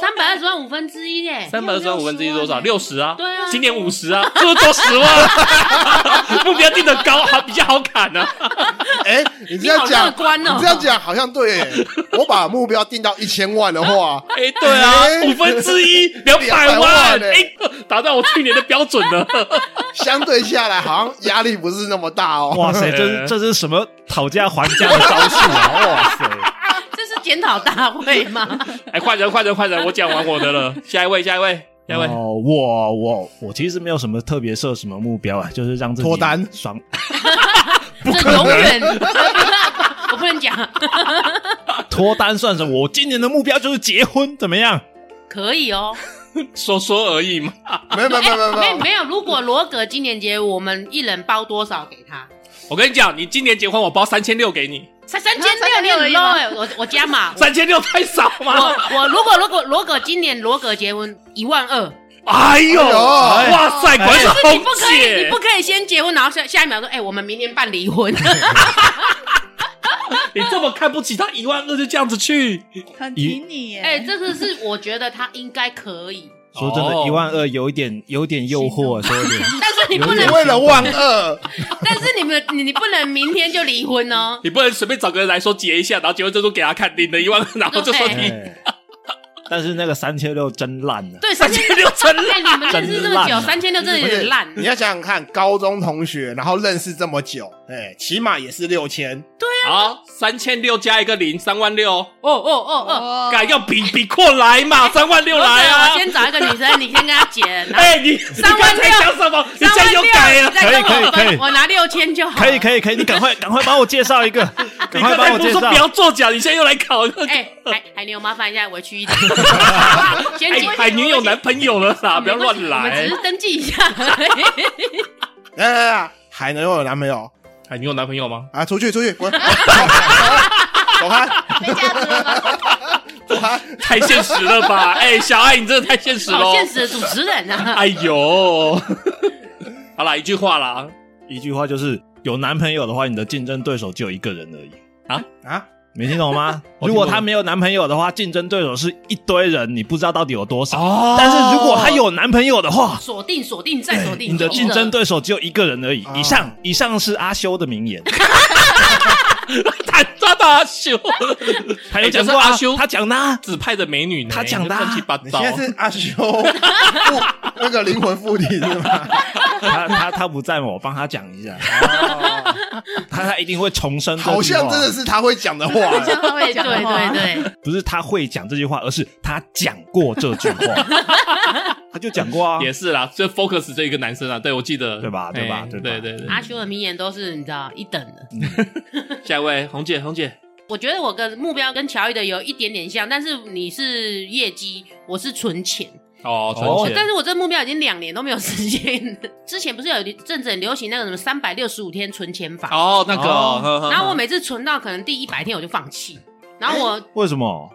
[SPEAKER 1] 三百二十万五分之一耶。
[SPEAKER 2] 三百二十万五分之一多少？六十啊，
[SPEAKER 1] 对啊
[SPEAKER 2] 今年五十啊，这多十万， 目标定的高，还比较好砍啊。
[SPEAKER 4] 哎、你这
[SPEAKER 1] 你好
[SPEAKER 4] 样讲，
[SPEAKER 1] 乐观哦
[SPEAKER 4] 你这样讲好像对耶。我把目标定到一千万的话，
[SPEAKER 2] 哎、对啊，
[SPEAKER 4] 哎
[SPEAKER 2] 五分之一两百万，
[SPEAKER 4] 万
[SPEAKER 2] 哎、
[SPEAKER 4] 欸
[SPEAKER 2] 达到我去年的标准了。
[SPEAKER 4] 相对下来好像压力不是那么大哦。
[SPEAKER 3] 哇塞，这是这是什么讨价还价的招数 啊！哇塞，
[SPEAKER 1] 这是检讨大会吗？
[SPEAKER 2] 哎，快点，快点，快点，我讲完我的了，下一位，下一位，下一位。
[SPEAKER 3] 哦，我我我其实没有什么特别设什么目标啊，就是让自己
[SPEAKER 4] 脱单
[SPEAKER 3] 爽。
[SPEAKER 1] 这永远， 我不能讲，
[SPEAKER 3] 脱单算什么？我今年的目标就是结婚，怎么样？
[SPEAKER 1] 可以哦。哎
[SPEAKER 2] 说说而已嘛。
[SPEAKER 4] 没有没有没有没有没
[SPEAKER 1] 没
[SPEAKER 4] 有，
[SPEAKER 1] 没有，如果罗格今年结，我们一人包多少给他？
[SPEAKER 2] 我跟你讲，你今年结婚，我包三千六给你，
[SPEAKER 1] 才三千
[SPEAKER 5] 三千
[SPEAKER 1] 六，
[SPEAKER 5] 六
[SPEAKER 1] 你很
[SPEAKER 5] 而已
[SPEAKER 1] low
[SPEAKER 5] 吗
[SPEAKER 1] 哎、我我加码。我
[SPEAKER 2] 三千六太少吗？
[SPEAKER 1] 我我如果如果罗格今年罗格结婚一万二，
[SPEAKER 2] 哎呦，
[SPEAKER 4] 哎呦
[SPEAKER 2] 哇塞，果然是
[SPEAKER 1] 你
[SPEAKER 2] 红
[SPEAKER 1] 不可以你
[SPEAKER 2] 姐
[SPEAKER 1] 不，可以先结婚，然后下下一秒说，哎、我们明年办离婚，
[SPEAKER 2] 你这么看不起他一万二就这样子去，
[SPEAKER 5] 很挺你耶，
[SPEAKER 1] 哎、这个是我觉得他应该可以，
[SPEAKER 3] 说真
[SPEAKER 2] 哦
[SPEAKER 3] 的，一万二有一点有一点诱惑，说有点。
[SPEAKER 1] 但是你不
[SPEAKER 4] 你
[SPEAKER 1] 能，
[SPEAKER 4] 为了万 恶，
[SPEAKER 1] 但是你们你你不能明天就离婚哦。
[SPEAKER 2] 你不能随便找个人来说结一下，然后结婚证书给他看，领了一万二，然后就说你
[SPEAKER 3] 哎但是那个三千六真烂啊了、
[SPEAKER 1] 对，三
[SPEAKER 2] 三
[SPEAKER 1] 千
[SPEAKER 2] 千六真
[SPEAKER 1] 哎、
[SPEAKER 2] 烂。
[SPEAKER 1] 你们认识这么
[SPEAKER 3] 真烂
[SPEAKER 1] 久，
[SPEAKER 3] 啊
[SPEAKER 1] 三千六真的有
[SPEAKER 4] 不是
[SPEAKER 1] 点烂。
[SPEAKER 4] 你要想想看，高中同学，然后认识这么久，哎、起码也是六千。
[SPEAKER 1] 啊
[SPEAKER 2] 好，三千六加一个零，三万六。
[SPEAKER 1] 哦哦哦哦，
[SPEAKER 5] 哦
[SPEAKER 2] 敢要比比过来嘛，三万六
[SPEAKER 1] 罗格，
[SPEAKER 2] 来啊
[SPEAKER 1] 我！先找一个女生，你先跟她结，然后
[SPEAKER 2] 哎、你三
[SPEAKER 1] 万
[SPEAKER 2] 你刚才
[SPEAKER 1] 六
[SPEAKER 2] 讲什么？你
[SPEAKER 1] 三
[SPEAKER 2] 这
[SPEAKER 1] 万
[SPEAKER 2] 样
[SPEAKER 1] 六
[SPEAKER 2] 又改了，
[SPEAKER 1] 再跟
[SPEAKER 3] 可以
[SPEAKER 1] 我
[SPEAKER 3] 可以可
[SPEAKER 1] 分
[SPEAKER 3] 以
[SPEAKER 1] 我拿六千就好。
[SPEAKER 3] 可以可以可以，你赶快赶快帮我介 绍一个，赶
[SPEAKER 2] 你刚
[SPEAKER 3] 快帮
[SPEAKER 2] 才
[SPEAKER 3] 我
[SPEAKER 2] 不
[SPEAKER 3] 介
[SPEAKER 2] 是说
[SPEAKER 3] 绍
[SPEAKER 2] 不。要作假，你现在又来考了？
[SPEAKER 1] 哎、海海牛，麻烦一下，委屈一 点。先
[SPEAKER 2] 哎
[SPEAKER 1] 解
[SPEAKER 2] 海女有男朋友了啦，不要乱
[SPEAKER 1] 我们
[SPEAKER 2] 来
[SPEAKER 1] 只。是登记一 下而已。
[SPEAKER 4] 来来来，还能有男朋友
[SPEAKER 2] 海女有男朋友吗？
[SPEAKER 4] 啊？出去出 去，滚！走走开，
[SPEAKER 5] 被架子了吗？
[SPEAKER 4] 走开！
[SPEAKER 2] 太现实了吧！哎、小爱，你真的太现实
[SPEAKER 1] 好
[SPEAKER 2] 喽！
[SPEAKER 1] 现实的主持人啊！
[SPEAKER 2] 哎呦，好啦，一句话啦，
[SPEAKER 3] 一句话就是，有男朋友的话，你的竞争对手就一个人而已。
[SPEAKER 4] 啊，
[SPEAKER 3] 没听懂吗？
[SPEAKER 2] 我听懂
[SPEAKER 3] 如果她没有男朋友的话，竞争对手是一堆人，你不知道到底有多少。
[SPEAKER 2] 哦
[SPEAKER 3] 但是如果她有男朋友的话，
[SPEAKER 1] 锁定，锁定，再锁
[SPEAKER 2] 哎
[SPEAKER 1] 定。
[SPEAKER 3] 你的竞争
[SPEAKER 1] 对
[SPEAKER 3] 对手只有一个人而已。
[SPEAKER 2] 啊
[SPEAKER 3] 以上，以上是阿修的名言，
[SPEAKER 2] 他抓到阿修，
[SPEAKER 3] 还有讲
[SPEAKER 2] 哎讲
[SPEAKER 3] 过啊
[SPEAKER 2] 是阿修
[SPEAKER 3] 他讲的啊，
[SPEAKER 2] 指派的美女呢？
[SPEAKER 3] 他讲的啊
[SPEAKER 2] 乱七八
[SPEAKER 4] 你
[SPEAKER 2] 糟
[SPEAKER 4] 现。在是阿修附那个灵魂附体是吗？
[SPEAKER 3] 他他他不在嘛，我帮他讲一下， 他他一定会重申这句话。
[SPEAKER 4] 好像真的是他会讲的话。
[SPEAKER 5] 会
[SPEAKER 1] 哦对对对，
[SPEAKER 3] 不是他会讲这句话，而是他讲过这句话。他就讲过啊，
[SPEAKER 2] 也是啦，就 focus 这一个男生啊，对我记得，
[SPEAKER 3] 对吧对吧
[SPEAKER 2] 哎
[SPEAKER 3] 对
[SPEAKER 2] 对
[SPEAKER 3] 吧
[SPEAKER 2] 对对。
[SPEAKER 1] 阿修的名言都是你知道一等的。
[SPEAKER 2] 下一位，红姐，红姐，
[SPEAKER 1] 我觉得我的目标跟乔伊的有一点点像，但是你是业绩，我是存钱。
[SPEAKER 2] 哦，
[SPEAKER 3] 哦
[SPEAKER 2] 存
[SPEAKER 1] 但
[SPEAKER 2] 钱，
[SPEAKER 1] 是我这目标已经两年都没有实现。之前不是有一阵子很流行那个什么三百六十五天存钱法，
[SPEAKER 2] 哦，那个，
[SPEAKER 3] 哦
[SPEAKER 2] 呵呵
[SPEAKER 1] 然后我每次存到可能第一百天我就放弃，然后我
[SPEAKER 3] 为什么？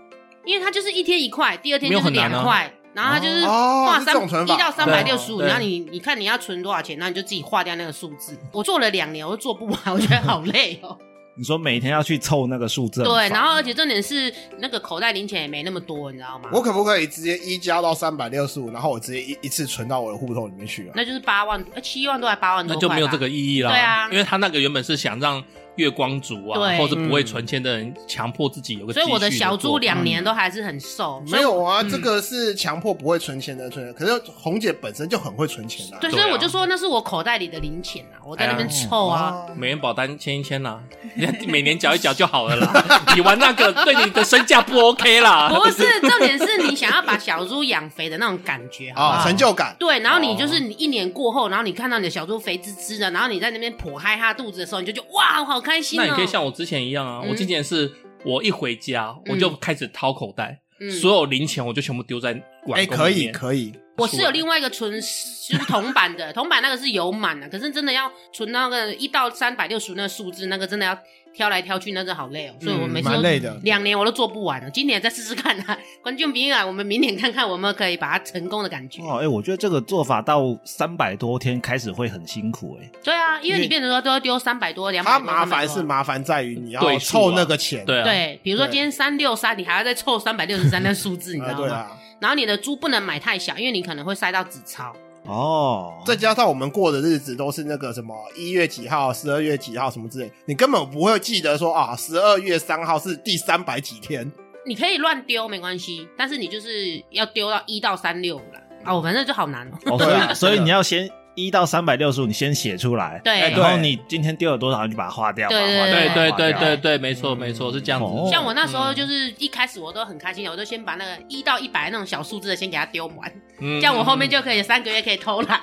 [SPEAKER 1] 因为它就是一天一块，第二天
[SPEAKER 2] 没有
[SPEAKER 1] 就是
[SPEAKER 2] 很难
[SPEAKER 1] 两
[SPEAKER 2] 啊
[SPEAKER 1] 块，然后它就是
[SPEAKER 4] 哦
[SPEAKER 1] 画
[SPEAKER 4] 是
[SPEAKER 1] 三
[SPEAKER 4] 这种存法
[SPEAKER 1] 一到三百六十五，
[SPEAKER 2] 对
[SPEAKER 1] 然后你你看你要存多少钱，那你就自己划掉那个数字。我做了两年，我都做不完，我觉得好累 哦。
[SPEAKER 3] 你说每天要去凑那个数字，
[SPEAKER 1] 对，然后而且重点是那个口袋零钱也没那么多，你知道吗？
[SPEAKER 4] 我可不可以直接一加到三百六十五，然后我直接一一次存到我的户头里面去啊？
[SPEAKER 1] 那就是八万、呃七万多还八万多
[SPEAKER 2] 那
[SPEAKER 1] 块
[SPEAKER 2] 就
[SPEAKER 1] 吧，
[SPEAKER 2] 没有这个意义啦。
[SPEAKER 1] 对啊
[SPEAKER 2] 因为他那个原本是想让月光族啊，
[SPEAKER 1] 对
[SPEAKER 2] 或者不会存钱的人，强迫自己有个积
[SPEAKER 1] 所
[SPEAKER 2] 蓄做法。嗯
[SPEAKER 1] 以我的小猪两年都还是很瘦，所
[SPEAKER 4] 没
[SPEAKER 1] 以我。
[SPEAKER 4] 有啊，这个是强迫不会存钱的存。可是红姐本身就很会存钱啊。
[SPEAKER 1] 对，
[SPEAKER 2] 对
[SPEAKER 1] 所
[SPEAKER 2] 啊哎
[SPEAKER 1] 以我就说那是我口袋里的零钱啊，我在那边凑 啊。
[SPEAKER 4] 哦，
[SPEAKER 2] 美元保单签一签啦， 每年缴一缴就好了啦。 你玩那个对你的身价不 OK 啦。
[SPEAKER 1] 不是，重点是你想要把小猪养肥的那种感觉，好不
[SPEAKER 4] 啊，
[SPEAKER 1] 好？
[SPEAKER 4] 成就感。
[SPEAKER 1] 对，然后
[SPEAKER 2] 哦
[SPEAKER 1] 你就是你一年过后，然后你看到你的小猪肥滋滋的，然后你在那边剖开它肚子的时候，你就觉得哇，我好开心哦。
[SPEAKER 2] 那你可以像我之前一样啊，
[SPEAKER 1] 嗯
[SPEAKER 2] 我今年是我一回家我就开始掏口袋，
[SPEAKER 1] 嗯
[SPEAKER 2] 所有零钱我就全部丢在
[SPEAKER 4] 哎，
[SPEAKER 2] 碗公
[SPEAKER 4] 可
[SPEAKER 2] 里
[SPEAKER 4] 以
[SPEAKER 2] 面。
[SPEAKER 4] 可以，
[SPEAKER 1] 我是有另外一个存，就是铜板的，铜板那个是有满的，可是真的要存到那个一到三百六十那个数字，那个真的要挑来挑去，那个好累哦。所以我
[SPEAKER 2] 嗯
[SPEAKER 1] 每次
[SPEAKER 4] 蛮
[SPEAKER 1] 都
[SPEAKER 4] 累的。
[SPEAKER 1] 两年我都做不完了，今年再试试看啊。 观众朋友啊，我们明年看看我们可以把它成功的感觉。
[SPEAKER 3] 哦，哎、我觉得这个做法到三百多天开始会很辛苦、哎，
[SPEAKER 1] 对啊，因为你变成说都要丢三百多、两百
[SPEAKER 4] 它
[SPEAKER 1] 多。
[SPEAKER 4] 麻烦
[SPEAKER 1] 300多
[SPEAKER 4] 是？麻烦在于你要
[SPEAKER 2] 对数啊
[SPEAKER 4] 凑那个钱。
[SPEAKER 2] 对啊，
[SPEAKER 1] 对，比如说
[SPEAKER 4] 对
[SPEAKER 1] 今天三六三，你还要再凑三百六十三那数字，你知
[SPEAKER 4] 啊，
[SPEAKER 1] 道
[SPEAKER 4] 对
[SPEAKER 1] 吗？
[SPEAKER 4] 啊。
[SPEAKER 1] 然后你的猪不能买太小，因为你可能会塞到纸钞。
[SPEAKER 3] 哦，
[SPEAKER 4] 再加上我们过的日子都是那个什么一月几号、十二月几号什么之类，你根本不会记得说啊，十二月三号是第三百几天。
[SPEAKER 1] 你可以乱丢没关系，但是你就是要丢到一到三六啦。哦，反正就好难哦。
[SPEAKER 3] 哦，所
[SPEAKER 4] 对啊
[SPEAKER 3] 以所以
[SPEAKER 4] 对啊
[SPEAKER 3] 你要先一到三百六十五，你先写出来，
[SPEAKER 1] 对
[SPEAKER 3] 然后你今天丢了多少，你就把它划掉，
[SPEAKER 1] 对
[SPEAKER 3] 把它划
[SPEAKER 2] 对
[SPEAKER 3] 掉
[SPEAKER 2] 对
[SPEAKER 3] 划
[SPEAKER 2] 对
[SPEAKER 3] 掉
[SPEAKER 2] 对对，没错没错，是这样
[SPEAKER 3] 哦
[SPEAKER 2] 子。
[SPEAKER 1] 像我那时
[SPEAKER 4] 嗯
[SPEAKER 1] 候就是一开始我都很开心，我就先把那个一到一百那种小数字的先给它丢完，
[SPEAKER 2] 嗯
[SPEAKER 1] 这样我后面就可以三个月可以偷 懒。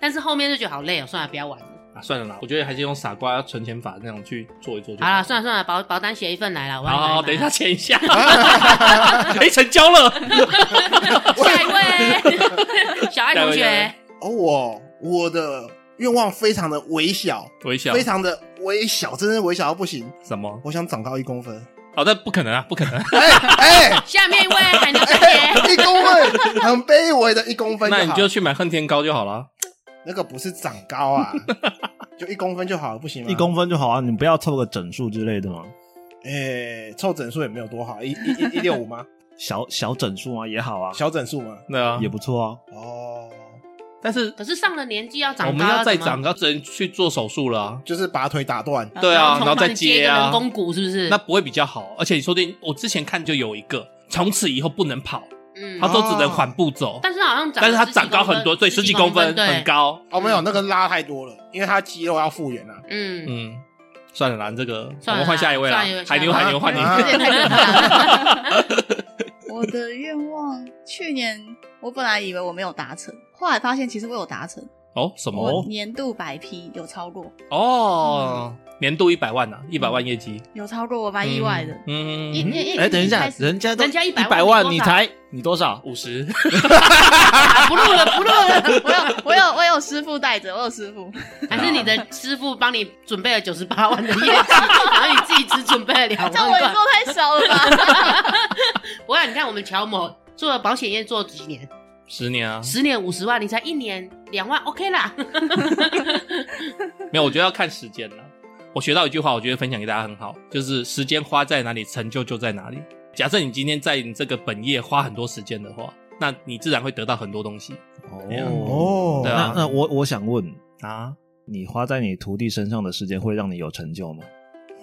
[SPEAKER 1] 但是后面就觉得好累哦，算了，不要玩了。
[SPEAKER 2] 啊算了啦，我觉得还是用傻瓜存钱法那种去做一做就
[SPEAKER 1] 好了，算了算了，保保单写一份来了。我要
[SPEAKER 2] 好好，
[SPEAKER 1] 买
[SPEAKER 2] 等
[SPEAKER 1] 一
[SPEAKER 2] 一
[SPEAKER 1] 买
[SPEAKER 2] 下，签一下， 哎，成交了。
[SPEAKER 1] 下一位 小爱同
[SPEAKER 2] 下一位
[SPEAKER 1] 学，
[SPEAKER 4] 而哦我我的愿望非常的微小，
[SPEAKER 2] 微笑
[SPEAKER 4] 非常的微小，真是微小到不行。
[SPEAKER 2] 什么？
[SPEAKER 4] 我想长高一公分，
[SPEAKER 2] 好，那不可能啊，不可能。
[SPEAKER 4] 哎哎
[SPEAKER 1] 下面一位海牛小姐，
[SPEAKER 4] 哎，一公分，很卑微的一公分好。
[SPEAKER 2] 那你就去买恨天高就好了。
[SPEAKER 4] 那个不是长高 啊，就一公分就好了，不行吗？
[SPEAKER 3] 一，公分就好啊，你不要凑个整数之类的吗？
[SPEAKER 4] 哎，凑整数也没有多好，一一一一六五吗？
[SPEAKER 3] 小小整数啊也好啊，
[SPEAKER 4] 小整数吗？
[SPEAKER 2] 对啊
[SPEAKER 3] 也，不错啊。
[SPEAKER 4] 哦，
[SPEAKER 2] 但是
[SPEAKER 1] 可是上了年纪要长
[SPEAKER 2] 我
[SPEAKER 1] 高，
[SPEAKER 2] 们要再
[SPEAKER 1] 怎么
[SPEAKER 2] 长，高，只能去做手术了啊。
[SPEAKER 4] 就是把腿打断。
[SPEAKER 2] 对啊
[SPEAKER 1] 从
[SPEAKER 2] 然后再
[SPEAKER 1] 旁边接一
[SPEAKER 2] 接
[SPEAKER 1] 个
[SPEAKER 2] 啊
[SPEAKER 1] 人工骨是不是？
[SPEAKER 2] 那不会比较好。而且你说不定我之前看就有一个，从此以后不能跑，
[SPEAKER 1] 嗯
[SPEAKER 2] 他，都只能缓步走。
[SPEAKER 1] 但是好像长，
[SPEAKER 2] 但是他长高很多，对，十几公分
[SPEAKER 1] 对，
[SPEAKER 2] 很高。
[SPEAKER 4] 哦，没有，那个拉太多了，因为他肌肉要复原啊。
[SPEAKER 1] 嗯，
[SPEAKER 2] 嗯，算了啦，这个我
[SPEAKER 1] 算了啦
[SPEAKER 2] 们换下一位啦
[SPEAKER 1] 算了，
[SPEAKER 2] 海牛
[SPEAKER 1] 下一位
[SPEAKER 2] 海牛换你。
[SPEAKER 4] 啊
[SPEAKER 5] 有点太可怕了。我的愿望，去年我本来以为我没有达成，后来发现其实我有达成，
[SPEAKER 2] 哦，什
[SPEAKER 5] 我
[SPEAKER 2] 么？
[SPEAKER 5] 年度百批有超过，
[SPEAKER 2] 哦，年度一百万呐，
[SPEAKER 1] 嗯
[SPEAKER 2] 一百万业绩，
[SPEAKER 5] 有超过，我蛮意外的。
[SPEAKER 2] 嗯，
[SPEAKER 5] 一
[SPEAKER 2] 嗯，
[SPEAKER 5] 一
[SPEAKER 3] 哎，等一下
[SPEAKER 5] 开，始
[SPEAKER 3] 人家都
[SPEAKER 1] 人家100
[SPEAKER 3] 100
[SPEAKER 1] 万
[SPEAKER 3] 万，
[SPEAKER 1] 你
[SPEAKER 3] 你
[SPEAKER 1] 多少
[SPEAKER 3] 才你多少？
[SPEAKER 2] 五十。
[SPEAKER 1] 啊不录了，不录了。
[SPEAKER 5] 我有我有我有师傅带着，我有师傅。
[SPEAKER 1] 还是你的师傅帮你准备了九十八万的业 绩，然后你自己只准备了两
[SPEAKER 5] 这样
[SPEAKER 1] 万
[SPEAKER 5] 我也
[SPEAKER 1] 块。
[SPEAKER 5] 做太少 了吧？
[SPEAKER 1] 我想你看我们乔某做保险业做几年，
[SPEAKER 2] 十年啊，
[SPEAKER 1] 十年五十万，你才一年两万，OK 啦。
[SPEAKER 2] 没有，我觉得要看时间了。我学到一句话，我觉得分享给大家很好，就是时间花在哪里，成就就在哪里。假设你今天在你这个本业花很多时间的话，那你自然会得到很多东西
[SPEAKER 3] 哦，
[SPEAKER 4] 哦
[SPEAKER 2] 对
[SPEAKER 3] 那
[SPEAKER 2] 啊
[SPEAKER 3] 那我我想问，
[SPEAKER 2] 啊。
[SPEAKER 3] 你花在你徒弟身上的时间会让你有成就吗？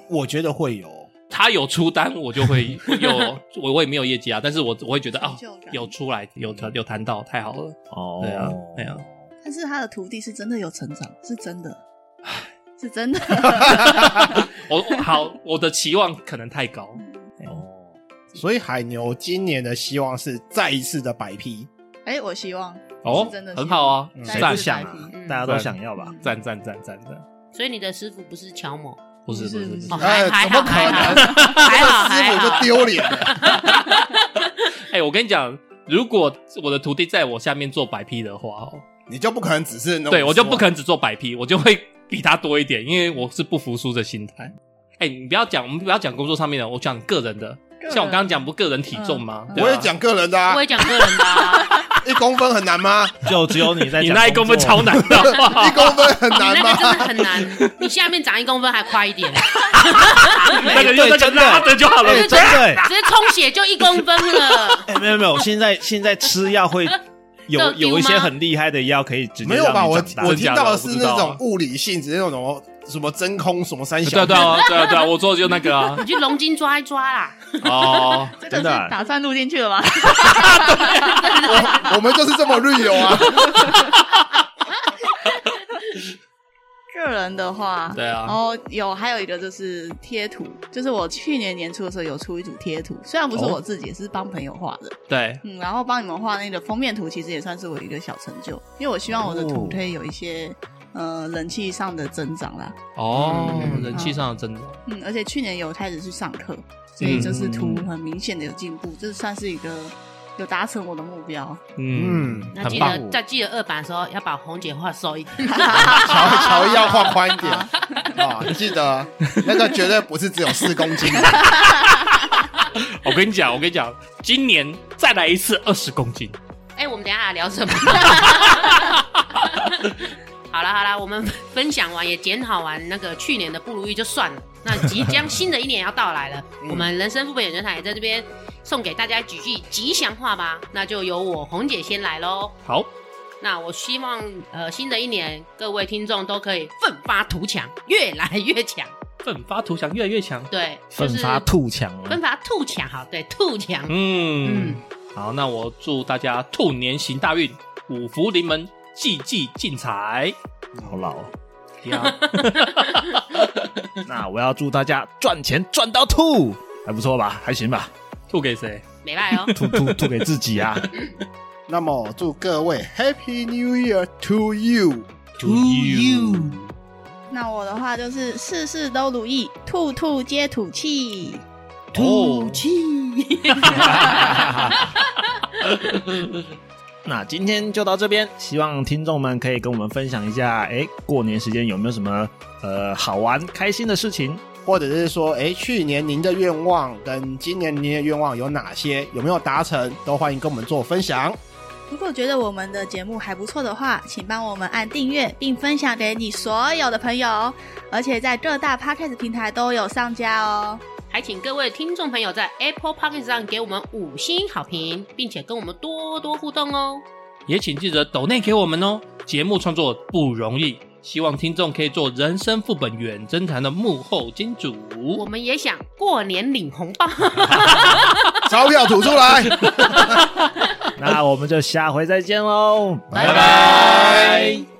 [SPEAKER 4] 我觉得会有。
[SPEAKER 2] 他有出单，我就 会有，我我也没有业绩啊，但是我我会觉得啊、
[SPEAKER 5] 成就感
[SPEAKER 2] 有出来，有
[SPEAKER 5] 嗯
[SPEAKER 2] 谈有谈到，太好了。
[SPEAKER 3] 哦，
[SPEAKER 2] 对啊对啊
[SPEAKER 5] 但是他的徒弟是真的有成长，是 真的，是真的。
[SPEAKER 2] 我我好，我的期望可能太高，
[SPEAKER 5] 嗯
[SPEAKER 3] 哦，
[SPEAKER 4] 所以海牛今年的希望是再一次的摆批，
[SPEAKER 5] 哎、哎，我希望
[SPEAKER 2] 哦
[SPEAKER 5] 是真的，
[SPEAKER 2] 很好啊，
[SPEAKER 5] 嗯
[SPEAKER 3] 谁
[SPEAKER 2] 赞
[SPEAKER 3] 不想啊
[SPEAKER 5] 嗯？
[SPEAKER 3] 大家都想要吧？
[SPEAKER 2] 赞赞赞赞赞，
[SPEAKER 1] 所以你的师傅不是乔某，
[SPEAKER 2] 不是
[SPEAKER 5] 不
[SPEAKER 2] 不
[SPEAKER 5] 是
[SPEAKER 2] 是不是
[SPEAKER 1] 哦，，还
[SPEAKER 6] 哎
[SPEAKER 1] 还
[SPEAKER 6] 怎
[SPEAKER 1] 好
[SPEAKER 6] 么可
[SPEAKER 1] 还
[SPEAKER 6] 能
[SPEAKER 1] 好还好还
[SPEAKER 6] 师傅
[SPEAKER 1] 好
[SPEAKER 6] 就，丢脸了。
[SPEAKER 2] 哎，我跟你讲，如果我的徒弟在我下面做白批的话哦，
[SPEAKER 6] 你就不可能只是那种
[SPEAKER 2] 对我就不可
[SPEAKER 6] 说
[SPEAKER 2] 能只做白批，我就会比他多一点，因为我是不服输的心态。哎，你不要讲，我们不要讲工作上面的，我讲个人的。像我刚刚讲，不个人体重吗？
[SPEAKER 5] 嗯
[SPEAKER 2] 对啊
[SPEAKER 6] 我也，讲个人的啊
[SPEAKER 1] 我，也讲个人的啊，
[SPEAKER 6] 一公分很难吗？
[SPEAKER 3] 就只有你在
[SPEAKER 2] 你
[SPEAKER 3] 讲
[SPEAKER 2] 那一公分超难的，好不好
[SPEAKER 6] 一公分 很
[SPEAKER 1] 你
[SPEAKER 6] 难
[SPEAKER 1] 那个 真的
[SPEAKER 6] 吗？
[SPEAKER 1] 很难，你下面长一公分还快一点，
[SPEAKER 2] 那个就那
[SPEAKER 3] 哎对
[SPEAKER 2] 个
[SPEAKER 3] 真的
[SPEAKER 2] 拉着就好了
[SPEAKER 3] 哎，
[SPEAKER 1] 对
[SPEAKER 3] 真的欸。
[SPEAKER 1] 直接充血就一公分了。
[SPEAKER 3] 哎，没有没有，现在现在吃药会有
[SPEAKER 1] 这丢吗
[SPEAKER 3] 有一些很厉害的药可以直接
[SPEAKER 6] 没有吧？
[SPEAKER 3] 让你
[SPEAKER 6] 我
[SPEAKER 3] 长大
[SPEAKER 6] 我
[SPEAKER 2] 真
[SPEAKER 6] 听
[SPEAKER 2] 假的
[SPEAKER 6] 到
[SPEAKER 2] 我
[SPEAKER 6] 的
[SPEAKER 2] 不
[SPEAKER 6] 是
[SPEAKER 2] 知道
[SPEAKER 6] 那
[SPEAKER 2] 啊
[SPEAKER 6] 种物理性质，那种什么真空什么 三
[SPEAKER 2] 对
[SPEAKER 6] 小
[SPEAKER 2] 啊 对啊对啊对啊，我做的就那个 啊
[SPEAKER 1] 你去龙筋抓一抓啦，
[SPEAKER 2] 哦。
[SPEAKER 5] 这个
[SPEAKER 3] 真
[SPEAKER 5] 是
[SPEAKER 3] 的啊
[SPEAKER 5] 打算录进去了吗？
[SPEAKER 6] 我我们就是这么 real 啊！
[SPEAKER 5] 个人的话，
[SPEAKER 2] 对啊
[SPEAKER 5] 然后有还有一个就是贴图，就是我去年年初的时候有出一组贴图，虽然
[SPEAKER 2] 哦
[SPEAKER 5] 不是我自己，也是帮朋友画的，
[SPEAKER 2] 对，
[SPEAKER 5] 嗯，然后帮你们画那个封面图，其实也算是我一个小成就，因为我希望我的图可以有一些、呃人气上的增长啦，
[SPEAKER 2] 哦，
[SPEAKER 5] 嗯
[SPEAKER 2] 人气上的增长，
[SPEAKER 5] 嗯，而且去年有开始去上课，所以就是图很明显的有进步，这算是一个有达成我的目标。
[SPEAKER 2] 嗯，
[SPEAKER 6] 嗯，
[SPEAKER 1] 那记
[SPEAKER 2] 很
[SPEAKER 1] 得在记得二版的时候要把红姐话收一
[SPEAKER 6] 乔
[SPEAKER 1] 点，
[SPEAKER 6] 乔要画宽一 点啊！你记得那个绝对不是只有四公 斤的，
[SPEAKER 2] 我跟你讲，我跟你讲，今年再来一次二十公斤，
[SPEAKER 1] 哎，我们等一下来聊什么？好啦好啦，我们分享完也检讨完那个去年的不如意就算了，那即将新的一年要到来了，我们人生副本有人台也在这边送给大家几句吉祥话吧。那就由我红姐先来喽。
[SPEAKER 2] 好，
[SPEAKER 1] 那我希望呃新的一年各位听众都可以奋发图强，越来越强。
[SPEAKER 2] 奋发图强，越来越强。
[SPEAKER 1] 对，就
[SPEAKER 3] 奋
[SPEAKER 1] 是
[SPEAKER 3] 发兔强啊
[SPEAKER 1] 奋发兔强，好，对，兔强。
[SPEAKER 2] 嗯
[SPEAKER 1] 嗯，
[SPEAKER 2] 好，那我祝大家兔年行大运，五福临门，季季进财。
[SPEAKER 3] 好老哦。
[SPEAKER 2] 呀
[SPEAKER 3] 那我要祝大家赚钱赚到吐，还不错吧？还行吧？
[SPEAKER 2] 吐给谁？
[SPEAKER 1] 没赖哦，
[SPEAKER 3] 吐吐吐给自己啊
[SPEAKER 6] 那么祝各位 Happy New Year to you！
[SPEAKER 2] To you
[SPEAKER 5] 那我的话就是事事都如意，兔兔皆吐气。
[SPEAKER 2] 哦吐
[SPEAKER 1] 气。
[SPEAKER 3] 那今天就到这边，希望听众们可以跟我们分享一下，哎，过年时间有没有什么呃好玩、开心的事情？
[SPEAKER 6] 或者是说，哎，去年您的愿望跟今年您的愿望有哪些？有没有达成？都欢迎跟我们做分享。
[SPEAKER 5] 如果觉得我们的节目还不错的话，请帮我们按订阅，并分享给你所有的朋友哦，而且在各大 podcast 平台都有上架哦。
[SPEAKER 1] 还请各位听众朋友在 Apple p o c k e t 上给我们五星好评，并且跟我们多多互动哦。
[SPEAKER 2] 也请记得抖内给我们哦。节目创作不容易，希望听众可以做人生副本远征团的幕后金主。
[SPEAKER 1] 我们也想过年领红包，
[SPEAKER 6] 钞票吐出来，
[SPEAKER 3] 那我们就下回再见喽，
[SPEAKER 1] 拜
[SPEAKER 2] 拜。